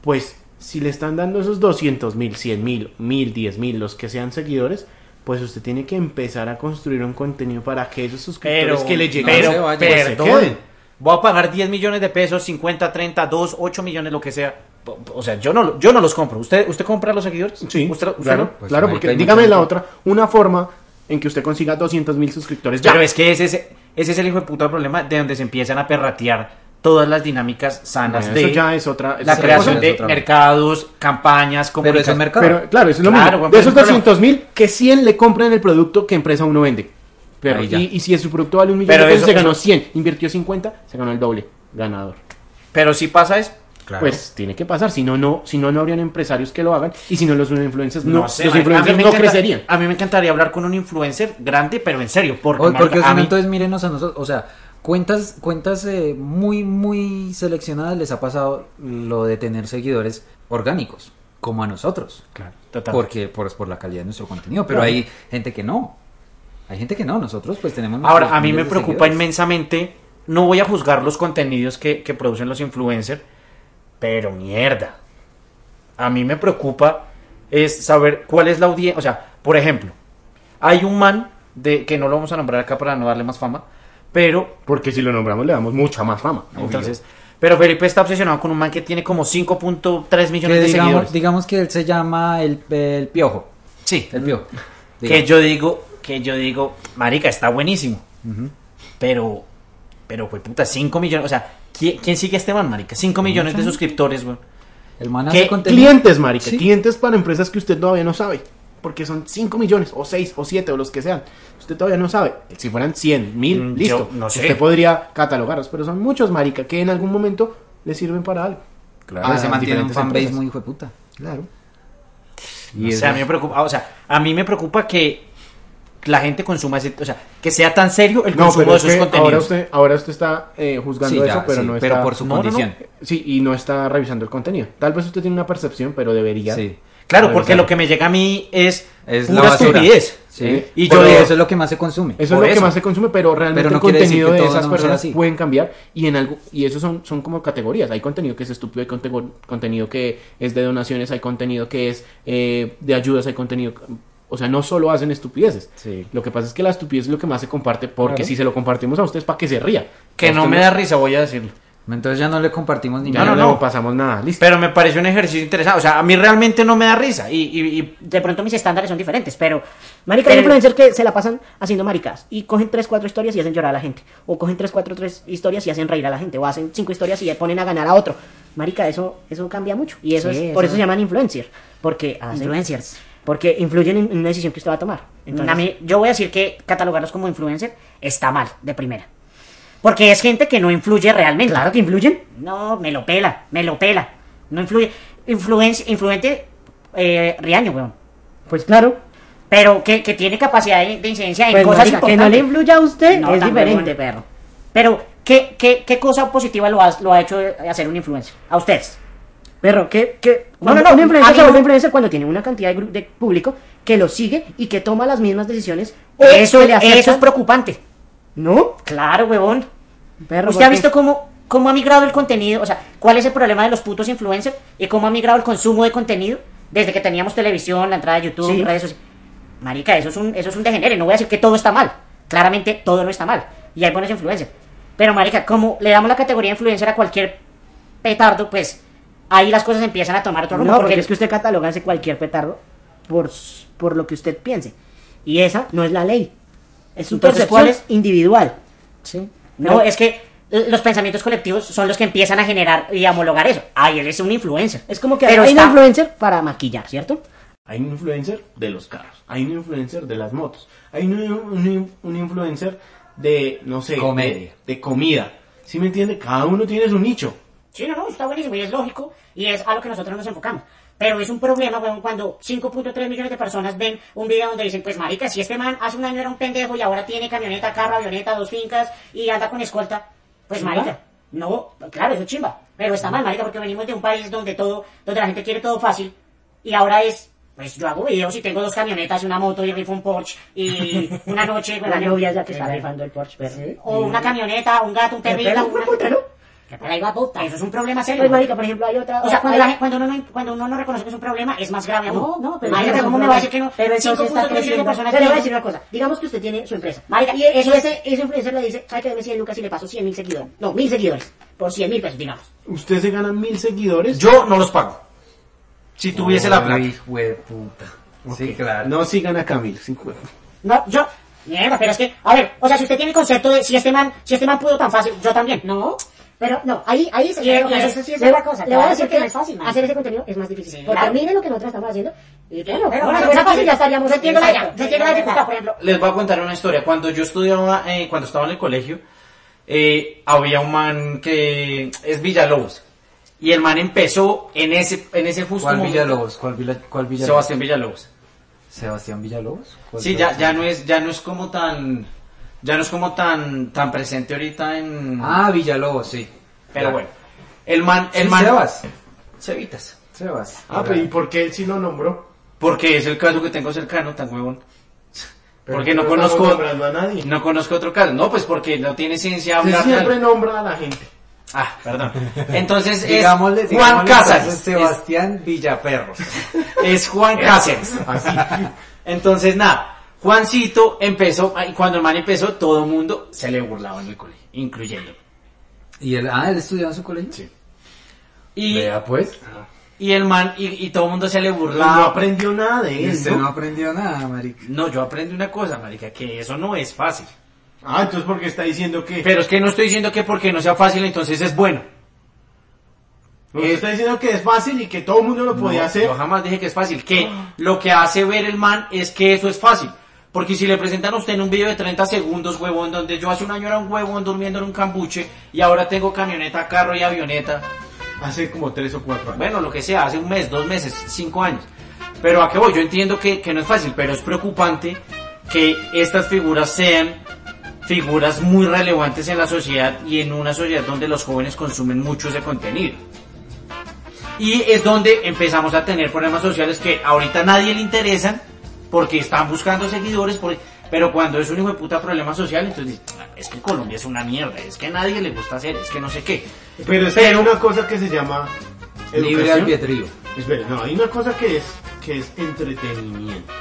pues si le están dando esos 200 mil, 100 mil, 1000, 10 mil, los que sean seguidores, pues usted tiene que empezar a construir un contenido para que esos suscriptores
Pero,
que le lleguen
pero,
se vayan,
pues, se
perdón.
queden.
Voy a pagar 10 millones de pesos, 50, 30, 2, 8 millones, lo que sea. O- O sea, yo no, yo no los compro. ¿Usted, usted compra los seguidores?
Sí,
¿Usted, usted
claro,
no?
Pues,
claro,
marica,
porque
hay mucha
dígame la
gente.
otra, una forma en que usted consiga 200 mil suscriptores ya.
Pero es que ese, es- ese es el hijo de puta problema de donde se empiezan a perratear todas las dinámicas sanas
Bueno,
de
eso ya es otra, es
la
otra
creación
cosa.
de
otra-
mercados,
Pero eso es
campañas, comunicación.
mercado.
Pero claro, eso es lo
Claro,
mismo.
weón,
De
pero
esos
no hay problema.
200 mil, que 100 le compren el producto que empresa uno vende. Pero,
Ahí ya.
y, y si su producto vale un millón
Pero
de pesos,
eso-
se ganó
eso-
100. Invirtió 50, se ganó el doble. Ganador.
Pero si pasa eso,
Claro.
Pues tiene que pasar, si no, no, si no, no habrían empresarios que lo hagan y si no los influencers no,
no sé,
los
marica, a mí
influencers
me
no
encanta-
crecerían.
A mí me encantaría hablar con un influencer grande, pero en serio, porque,
Oye, porque
marica,
o sea,
a mí-
entonces mírenos a nosotros, o sea, cuentas, cuentas eh, muy, muy seleccionadas les ha pasado lo de tener seguidores orgánicos, como a nosotros,
Claro, total.
porque por, por la calidad de nuestro contenido, pero hay gente que no, hay gente que no, nosotros pues tenemos...
Ahora,
nuestros
a mí me
miles de
preocupa
seguidores.
inmensamente, no voy a juzgar los contenidos que, que producen los influencers, pero mierda. A mí me preocupa es saber cuál es la audiencia, o sea, por ejemplo, hay un man de que no lo vamos a nombrar acá para no darle más fama, pero
Porque si lo nombramos le damos mucha más fama.
entonces, pero Felipe está obsesionado con un man que tiene como 5.3 millones
Que
de
digamos,
seguidores.
digamos que él se llama el, el piojo,
sí,
el piojo.
que
eh, digamos.
yo digo, que yo digo, marica, está buenísimo. Pero, pero, güey, puta, 5 millones, o sea, ¿quién, quién sigue a este man, marica? 5 millones de suscriptores, güey.
el man
que
hace contenido...
Clientes, marica,
Sí.
clientes para empresas que usted todavía no sabe. Porque son 5 millones, o 6, o 7, o los que sean. Usted todavía no sabe. Si fueran 100, 1000,
Mm,
listo.
yo no sé.
Usted podría catalogarlos, pero son muchos, marica, que en algún momento le sirven para algo.
Claro,
Ah,
se mantiene un
diferentes
fanbase
empresas.
muy hijo de puta.
Claro.
O sea, a mí me preocupa, o sea, a mí me preocupa que la gente consuma ese, o sea, que sea tan serio el
No,
consumo
pero
de
es
esos
que
contenidos.
ahora usted, ahora usted está eh, juzgando
Sí,
eso,
ya,
pero
sí,
no está...
pero por su
No, no, no.
condición.
Sí, y no está revisando el contenido. Tal vez usted tiene una percepción, pero debería...
Sí.
Claro,
Claro,
porque
claro.
lo que me llega a mí es,
Es la
pura
basura.
estupidez.
Sí.
Y
Pero
yo digo,
eso es lo que más se consume.
Eso es
Por
lo
eso.
que más se consume, pero realmente
Pero no
el
quiere decir
contenido
que
de
todo
esas
no sea
personas
así.
pueden cambiar y en algo y eso son son como categorías. Hay contenido que es estúpido, hay contego- contenido que es de donaciones, hay contenido que es eh, de ayudas, hay contenido, o sea, no solo hacen estupideces.
Sí.
Lo que pasa es que la estupidez es lo que más se comparte porque
Claro.
si se lo compartimos a ustedes para que se ría.
que no me da risa, voy a decirlo.
Entonces ya no le compartimos ni
Ya
No,
no,
no,
no,
no.
pasamos nada, listo.
Pero me pareció un ejercicio interesante. O sea, a mí realmente no me da risa. Y, y- y-
De pronto mis estándares son diferentes, pero... Marica, hay
Pero-
influencers que se la pasan haciendo maricas y cogen 3, 4 historias y hacen llorar a la gente. O cogen 3, 4, 3 historias y hacen reír a la gente. O hacen 5 historias y ponen a ganar a otro. Marica, eso, eso cambia mucho. Y eso
Sí,
es,
eso- Ah,
por eso se llaman influencers. Porque...
Influencers.
Porque influyen en en una decisión que usted va a tomar. Entonces,
A mí, yo voy a decir que catalogarlos como influencer está mal, de primera. Porque es gente que no influye realmente.
claro que influyen.
No, me lo pela, me lo pela. No influye. Influence, influente eh, Riaño, weón.
Pues claro.
Pero que, que tiene capacidad de, de incidencia en
Pues,
cosas
marica, que no le
importantes.
influya a usted
No,
es
tan
diferente,
huevón.
perro.
Pero, ¿qué, qué, qué cosa positiva lo ha, lo ha hecho eh, hacer un influencer? A ustedes.
Perro, que, que
No,
cuando
no, no,
un influencer
a mí
se vuelve
no.
influencer cuando tiene una cantidad de, gru- de público que lo sigue y que toma las mismas decisiones. o
Eso,
que ¿Eh? le aceptan-
eso es preocupante.
¿No?
Claro, huevón.
Perro,
¿Usted ha
¿por qué?
visto cómo, cómo ha migrado el contenido? O sea, ¿cuál es el problema de los putos influencers y cómo ha migrado el consumo de contenido desde que teníamos televisión, la entrada de YouTube,
Sí.
redes sociales? Marica, eso es un, eso es un degenere. No voy a decir que todo está mal. Claramente todo no está mal. Y hay buenos influencers. Pero, marica, como le damos la categoría de influencer a cualquier petardo, pues ahí las cosas empiezan a tomar otro rumbo.
No, porque es que usted cataloga ese cualquier petardo por, s- por lo que usted piense. Y esa no es la ley. Es su
Entonces,
percepción
¿cuál es?
individual.
No, es que eh, los pensamientos colectivos son los que empiezan a generar y a homologar eso. Ay, él es un influencer.
Es como que
Pero
hay
está-
un influencer para maquillar, ¿cierto?
Hay un influencer de los carros, hay un influencer de las motos, hay un, un- un influencer de no sé, de-
Comedia.
de, comida. ¿Sí me entiende? Cada uno tiene su nicho.
Sí, no, no, está buenísimo y es lógico y es a lo que nosotros nos enfocamos. Pero es un problema, weón, cuando 5.3 millones de personas ven un video donde dicen, pues marica, si este man hace un año era un pendejo y ahora tiene camioneta, carro, avioneta, dos fincas y anda con escolta, pues marica, no, claro, eso es chimba, pero está mal, marica, porque venimos de un país donde todo, donde la gente quiere todo fácil y ahora es, pues yo hago videos y tengo dos camionetas, una moto y rifo un Porsche
(laughs)
y una noche, pues,
La
weón,
novia es la que está rifando el Porsche, perro.
o una camioneta, un gato, un perrito, una...
Pues,
Que por ahí va puta, eso es un problema serio. weón.
marica, por ejemplo, hay otra...
O sea, cuando,
hay-
la gen- cuando, uno no, cuando uno no reconoce que es un problema, es más grave aún. Marica,
eso es
¿cómo
un
me
problema.
va a decir que no?
Pero eso sí está
5.3 millones de
creciendo.
personas
Pero le voy a
tienen-
decir una cosa. Digamos que usted tiene su empresa.
Marica,
y eso
eso
ese, ese influencer le dice, ¿sabe que debe 100 lucas y le paso 100 mil seguidores? No, mil seguidores. Por 100 mil pesos, digamos.
Usted se gana mil seguidores.
yo no los pago. Si tuviese la plata.
hijo de puta. Sí, claro.
No sigan a Camilo. sin cu-
No, yo... Mierda, pero es que... A ver, o sea, si usted tiene el concepto de si este man, si este man pudo tan fácil, yo también. No.
Pero no, ahí, ahí se
Y- y
pero-
eso sí es
le-
otra cosa,
Le voy a
claro,
decir
porque
que
no es fácil, marica.
hacer ese contenido es más difícil.
Sí,
porque
claro.
mire lo que nosotros estamos haciendo y claro,
Pero,
bueno,
marica,
pero
no es
fácil, ya estaríamos
Yo entiendo la,
en esa
yo entiendo la
etapa.
dificultad, por ejemplo.
Les voy a contar una historia. Cuando yo estudiaba, eh, cuando estaba en el colegio,
eh, había un man que es Villalobos. Y el man empezó en ese, en ese justo
¿Cuál
momento.
Villalobos? ¿Cuál, Villa- cuál Villalobos?
Sebastián Villalobos.
¿Sebastián Villalobos? ¿Cuál
Sí, ya,
Sebastián?
ya no es, ya no es como tan, ya no es como tan, tan presente ahorita en.
Ah, Villalobos, sí.
pero
ya.
bueno. El man, el
Sí,
man.
Sebas.
Cevitas.
Sebas.
Ah, pero ¿y por qué él sí lo nombró?
Porque es el caso que tengo cercano, tan huevón. Porque no
Pero estamos
conozco,
nombrando a nadie.
no conozco otro caso. No, pues porque no tiene ciencia
Usted
hablar. de
siempre
algo.
nombra a la gente.
Ah, perdón. (laughs) Entonces es
Digámosle,
Juan
digámosle entonces este
Cáceres. Es-
Sebastián Villaperros.
es
(laughs)
Juan Cáceres. Entonces, nada, Juancito empezó, ay, cuando el man empezó, todo el mundo se le burlaba en el colegio, incluyéndome.
(laughs) ¿Y él, ah, él estudiaba en su colegio?
Sí. Y,
Vea, pues.
y el man, y, y todo el mundo se le
No
burlaba.
aprendió nada de
Y usted
él, Ah. Este ¿no?
no aprendió nada, marica.
No, yo aprendí una cosa, marica, que eso no es fácil.
Ah, entonces porque está diciendo que...
Pero es que no estoy diciendo que porque no sea fácil, entonces es bueno.
Usted está diciendo que es fácil y que todo el mundo lo podía
No,
hacer.
Yo jamás dije que es fácil. Que lo que hace ver el man es que eso es fácil. Porque si le presentan a usted en un video de 30 segundos, huevón, donde yo hace un año era un huevón durmiendo en un cambuche y ahora tengo camioneta, carro y avioneta.
Hace como tres o cuatro años.
Bueno, lo que sea, hace un mes, dos meses, cinco años. Pero a qué voy, yo entiendo que, que no es fácil, pero es preocupante que estas figuras sean figuras muy relevantes en la sociedad y en una sociedad donde los jóvenes consumen mucho ese contenido. Y es donde empezamos a tener problemas sociales que ahorita a nadie le interesan porque están buscando seguidores, por- pero cuando es un hijo de puta problema social, entonces "Ah, es que Colombia es una mierda, es que a nadie le gusta hacer, es que no sé qué.
Pero es que hay una cosa que se llama...
Libre
educación.
albedrío.
Espera, no, hay una cosa que es, que es entretenimiento.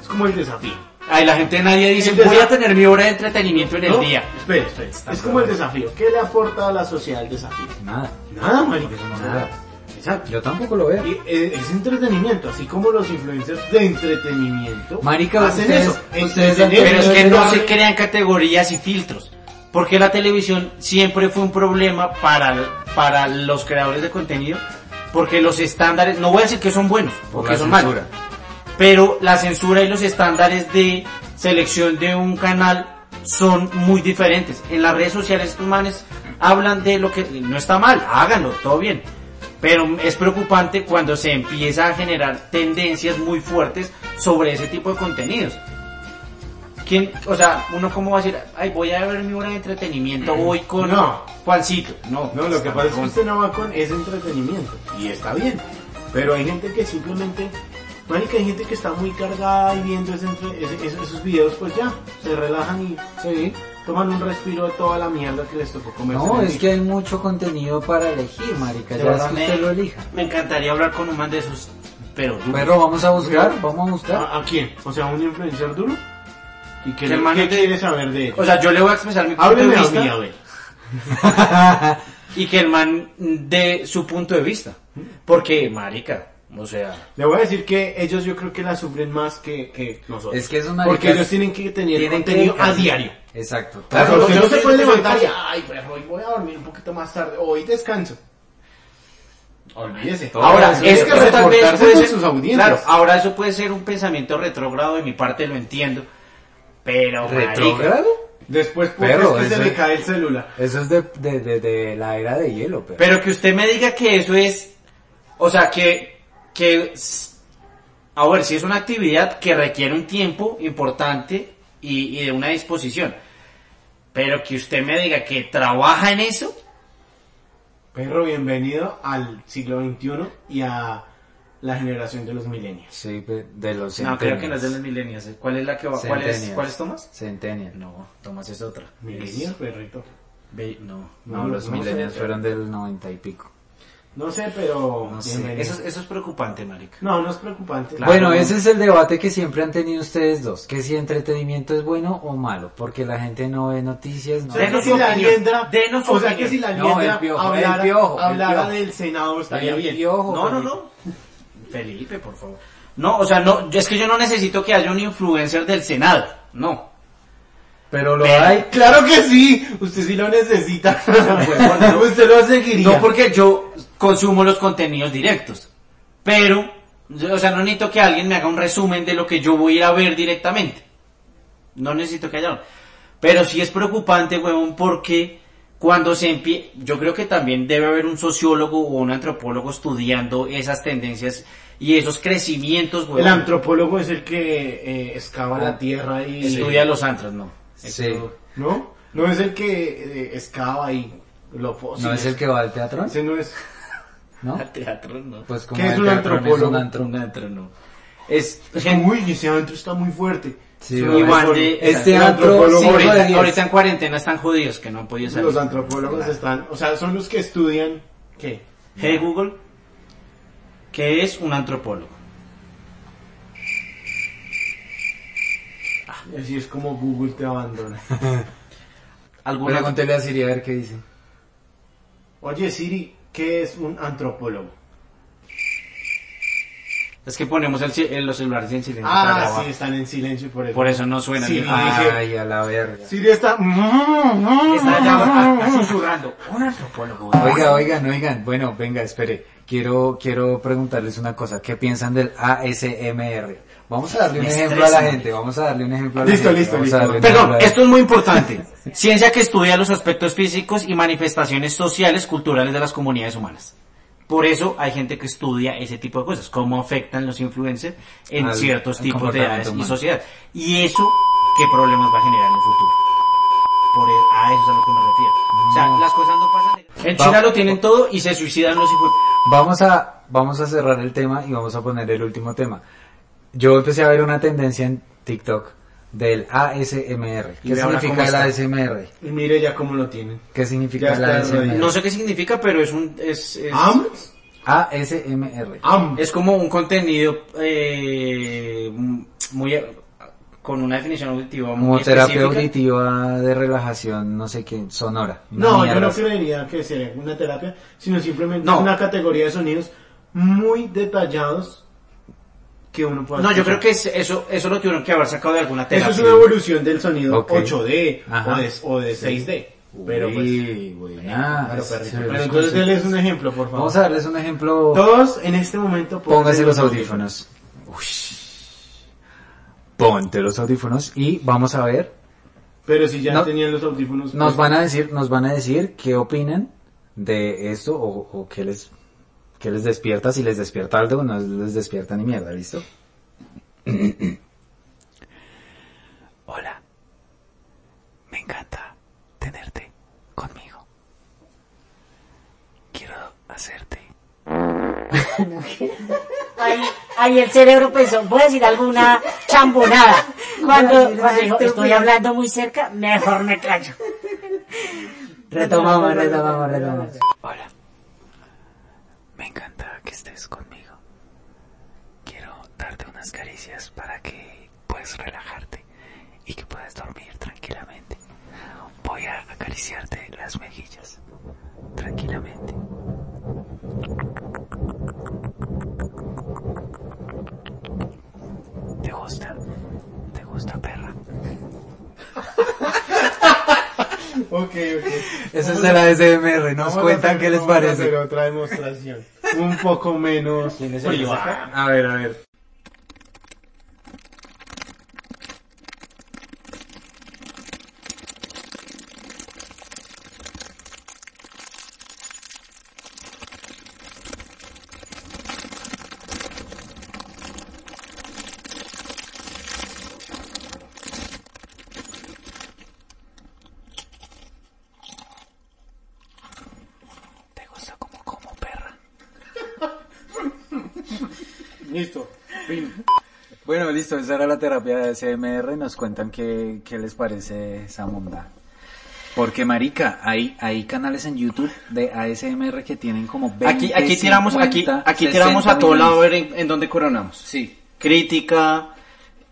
Es como el desafío.
Ay, la gente nadie dice,
Entonces-
voy a tener mi hora de entretenimiento en el
¿no?
día.
Espera, espera. Es como el desafío. ¿Qué le aporta a la sociedad el desafío?
Nada.
Nada, marica.
Eso no se
Nada.
da.
Exacto.
Yo tampoco lo veo.
Y, eh, es entretenimiento, así como los influencers de entretenimiento
Marica,
hacen
ustedes-
eso.
ustedes
entretener,
Pero es que no se
entretener.
crean categorías y filtros. Porque la televisión siempre fue un problema para, para los creadores de contenido. Porque los estándares, no voy a decir que son buenos, porque
la
son
censura.
malos. Pero la censura y los estándares de selección de un canal son muy diferentes. En las redes sociales estos manes hablan de lo que no está mal, háganlo, todo bien. Pero es preocupante cuando se empieza a generar tendencias muy fuertes sobre ese tipo de contenidos. ¿Quién, o sea, uno cómo va a decir, ay, voy a ver mi hora de entretenimiento hoy con
Mm. No.
Juancito? No,
No, lo que pasa es que usted no va con ese entretenimiento. Y está bien. Pero hay gente que simplemente... Marica, hay gente que está muy cargada y viendo ese entre- ese- esos, esos videos, pues ya, se relajan y
Sí.
toman un respiro de toda la mierda que les tocó comer.
No, es que hay mucho contenido para elegir, marica. Ya es que
me,
usted lo elija.
me encantaría hablar con un man de esos, pero duro.
Pero vamos a buscar, vamos a buscar.
¿A, a quién? O sea, un influencer duro. ¿Y qué,
Que el
le-
man
qué
te-
quiere saber de él?
O sea, yo le voy a expresar mi punto
Hábleme
de
a
vista
mí, a ver.
y que el man de su punto de vista. Porque, marica, o sea,
Le voy a decir que ellos yo creo que la sufren más que, que nosotros.
Es que esos maricas
Porque ellos tienen que tener
tienen que
contenido a
dedicarse.
diario.
Exacto.
Claro,
Claro,
usted
yo
no se
sé,
puede
yo
levantar y,
soy-
ay, pues hoy voy a dormir un poquito más tarde, hoy descanso. Olvídese.
ahora
eso
es
tiene
que tal vez
reportarse
puede
con
ser-
sus audiencias.
claro, ahora eso puede ser un pensamiento retrógrado de mi parte, lo entiendo. Pero, marica,
¿Retrógrado?
Después pues,
Pero
es que se
eso-
le cae el celular.
Eso es de, de, de, de la era de hielo, pero.
Pero que usted me diga que eso es, o sea, que, que, s- a ver, si es una actividad que requiere un tiempo importante y, y de una disposición, pero que usted me diga que trabaja en eso,
Perro, bienvenido al siglo XXI y a la generación de los milenios.
Sí, pe- de los
no, creo que no es de los
centennials.
millennials. ¿eh? ¿Cuál es la que va? ¿Cuál es,
Centennials.
¿cuál es Tomás?
Centennial.
No, Tomás es otra.
Milenios,
Es-
perrito.
ve- no.
No,
No,
los
no sé.
millennials fueron del noventa y pico.
No sé, pero
No sé,
bienvenido.
Eso, es- eso es preocupante, marica.
No, no es preocupante.
Bueno, ese es el debate que siempre han tenido ustedes dos, que si entretenimiento es bueno o malo, porque la gente no ve noticias, no
O sea, que
Denos
si
su
la
opinión.
liendra,
Denos su
o sea
opinión.
que si la
No,
liendra
el piojo,
hablara,
el piojo, el
hablara
piojo.
del Senado estaría
El
bien.
piojo,
No, no, no. Felipe, por favor. No, o sea, no, yo- es que yo no necesito que haya un influencer del Senado. No.
pero lo
Pero-
hay.
Claro que sí, usted sí lo necesita. usted lo seguiría.
No porque yo consumo los contenidos directos. Pero, o sea, no necesito que alguien me haga un resumen de lo que yo voy a ir a ver directamente. No necesito que haya. uno. Pero sí es preocupante, huevón, porque Cuando se empie... yo creo que también debe haber un sociólogo o un antropólogo estudiando esas tendencias y esos crecimientos, güey.
El antropólogo es el que eh, excava
Ah,
la tierra y...
Estudia los antros, no.
Sí.
¿No? No es el que eh, excava y lo fósil.
¿No es el que va al teatro?
Ese no es...
¿No?
Al teatro, no.
Pues como
¿Qué es
el
un
teatro no es
antropólogo?
un antro.
Un antro, no. Es
Es
gente-
como, uy, ese antro está muy fuerte.
Sí,
Son
bueno.
Igual
los-
de-
Este
el
antro,
antropólogo
cinco
ahorita-
de
ahorita,
diez.
ahorita en cuarentena están judíos que no han podido salir.
Los antropólogos están... O sea, son los que estudian... ¿Qué?
Hey Google, ¿qué es un antropólogo?
Y así es como Google te abandona.
¿Alguna
Pregúntele a Siri a ver qué dice.
Oye, Siri, ¿qué es un antropólogo?
Es que ponemos el ci- eh, los celulares en silencio. para
Ah,
grabar.
sí, están en silencio por eso.
Por eso no suena.
Sí.
Yo-
Ah,
Ay, a la verga.
Siri está...
Está allá, susurrando. Un antropólogo.
Oiga, oigan, oigan. Bueno, venga, espere. Quiero, quiero preguntarles una cosa. ¿Qué piensan del ASMR? Vamos a darle un
Me
ejemplo a la
estresa,
gente. Vamos a darle un ejemplo a la
Listo,
gente.
listo,
Vamos
listo.
a darle un
Perdón,
ejemplo a la-
esto es muy importante. Ciencia que estudia los aspectos físicos y manifestaciones sociales, culturales de las comunidades humanas. Por eso hay gente que estudia ese tipo de cosas, cómo afectan los influencers en
Al-
ciertos
al
tipos de
comportamiento
edades y
humano.
sociedades. Y eso, ¿qué problemas va a generar en el futuro? Por el- a eso es a lo que me refiero. O sea, las cosas no pasan. En
Mm. Va-
China lo tienen todo y se suicidan los hijos.
Vamos a, vamos a cerrar el tema y vamos a poner el último tema. Yo empecé a ver una tendencia en TikTok del ASMR.
Y
¿Qué
ve ahora
significa el
cómo
ASMR?
Y mire ya cómo lo tienen.
¿Qué
Ya
significa el
está,
ASMR?
No sé qué significa, pero es un es, es,
¿Am?
ASMR.
Am.
es como un contenido eh, muy con una definición auditiva muy
Como terapia
específica.
auditiva de relajación, no sé qué, sonora. Una
No, yo
mierda
no
así.
creería que sería una terapia, sino simplemente
No.
una categoría de sonidos muy detallados que uno puede
No, yo creo que es- eso eso lo tuvieron que haber sacado de alguna
Eso
terapia.
es una evolución del sonido
Ok.
8D
Ajá.
o de, o de 6D. Pero pues...
Uy, buena,
pero,
se-
perrito,
se-
pero entonces denles un ejemplo, por favor.
Vamos a darles un ejemplo.
Todos en este momento...
Póngase
pónganse
los audífonos. Ponte los audífonos y vamos a ver.
Pero si ya
No.
tenían los audífonos...
Nos
pues,
van a decir, nos van a decir qué opinan de esto o, o qué les, qué les despierta, si les despierta algo o no les despierta ni mierda, ¿listo? (clears throat) Hola. Me encanta tenerte conmigo. Quiero hacerte.
Ahí, ahí el cerebro pensó, voy a decir alguna chambonada. Cuando, cuando dijo, estoy hablando muy cerca, mejor me callo.
Retomamos, retomamos, retomamos. Hola.
Me encanta que estés conmigo. Quiero darte unas caricias para que puedas relajarte y que puedas dormir tranquilamente. Voy a acariciarte las mejillas tranquilamente. ¿Te gusta? ¿Te gusta, perra?
Ok, ok.
Eso es de la SMR, nos
Vamos a
cuentan
hacer-
qué les
vamos a hacer
parece.
otra demostración. Un poco menos... ¿Quién es
A ver, a ver.
¿Te gusta como como perra?
Listo. Fin.
Bueno, listo, esa era la terapia de SMR, nos cuentan qué, qué les parece esa monda. Porque marica, hay, hay canales en YouTube de ASMR que tienen como 20,
Aquí aquí tiramos aquí
50,
aquí tiramos
60
a todo lado eh. a
millones.
ver en, en dónde coronamos.
Sí,
Crítica,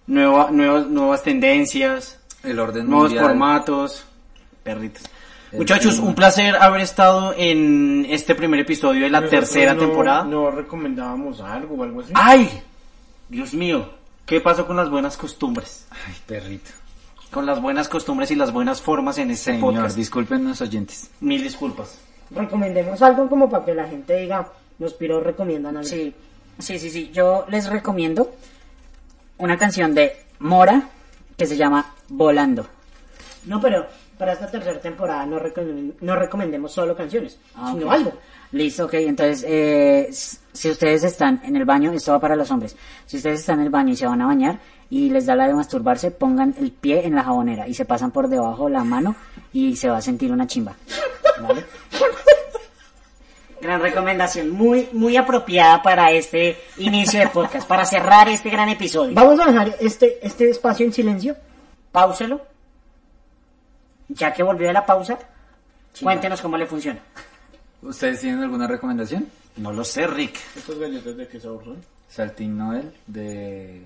nueva, nuevas nuevas tendencias.
el orden
Nuevos
mundial.
formatos, perritos.
El
Muchachos,
primo.
un placer haber estado en este primer episodio de la
Nosotros
tercera
no-
temporada.
No recomendábamos algo o algo así.
¡Ay! Dios mío, ¿qué pasó con las buenas costumbres?
Ay, perrito.
Con las buenas costumbres y las buenas formas en este
Señor,
podcast.
disculpen los oyentes.
Mil disculpas.
Recomendemos algo como para que la gente diga, los piros recomiendan algo.
Sí, sí, sí, sí. Yo les recomiendo una canción de Mora que se llama Volando.
No, pero para esta tercera temporada no, recom- no recomendemos solo canciones,
Ah,
sino
ok.
algo.
Listo, ok. Entonces, eh, s- si ustedes están en el baño, esto va para los hombres. Si ustedes están en el baño y se van a bañar y les da la de masturbarse, pongan el pie en la jabonera y se pasan por debajo la mano y se va a sentir una chimba. ¿Vale?
Gran recomendación, muy, muy apropiada para este inicio de podcast, para cerrar este gran episodio.
Vamos a dejar este, este espacio en silencio.
Páuselo. Ya que volvió de la pausa, cuéntenos cómo le funciona.
¿Ustedes tienen alguna recomendación?
No lo sé, Rick.
Estas galletas de qué sabor son?
Saltín Noel de...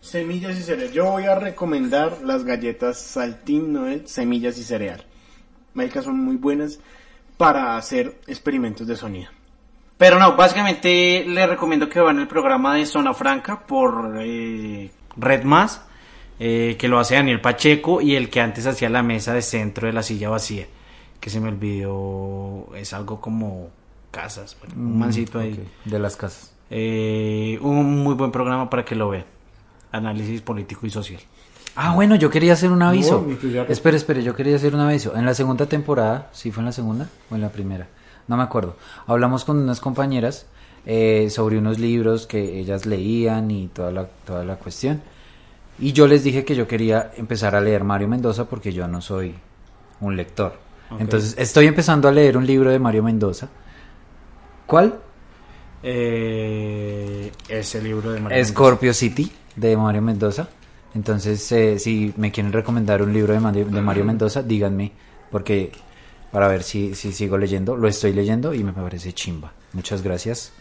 Semillas y cereal. Yo voy a recomendar las galletas Saltín Noel, semillas y cereal. Maricas son muy buenas para hacer experimentos de sonido.
Pero no, básicamente le recomiendo que vean el programa de Zona Franca por eh, Red Más, eh, que lo hace Daniel Pacheco y el que antes hacía la mesa de centro de la silla vacía, que se me olvidó, es algo como casas, bueno, un mancito ahí.
De las casas.
Eh, un muy buen programa para que lo vean. Análisis político y social.
Ah, bueno, yo quería hacer un aviso.
mi cuidado.
espera, espera, yo quería hacer un aviso. En la segunda temporada, si fue en la segunda o en la primera, no me acuerdo. Hablamos con unas compañeras eh, sobre unos libros que ellas leían y toda la, toda la cuestión. Y yo les dije que yo quería empezar a leer Mario Mendoza porque yo no soy un lector. Entonces, estoy empezando a leer un libro de Mario Mendoza. ¿Cuál?
Eh, ese libro de María
Scorpio City de Mario Mendoza. Entonces, eh, si me quieren recomendar un libro de Mario, de Mario Mendoza, díganme, porque para ver si, si sigo leyendo, lo estoy leyendo y me parece chimba. Muchas gracias.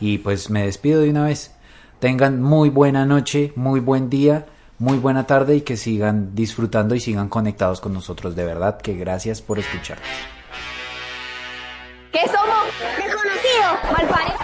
Y pues me despido de una vez. Tengan muy buena noche, muy buen día, muy buena tarde y que sigan disfrutando y sigan conectados con nosotros. De verdad que gracias por escucharnos.
¿Qué somos? Desconocidos, malparidos.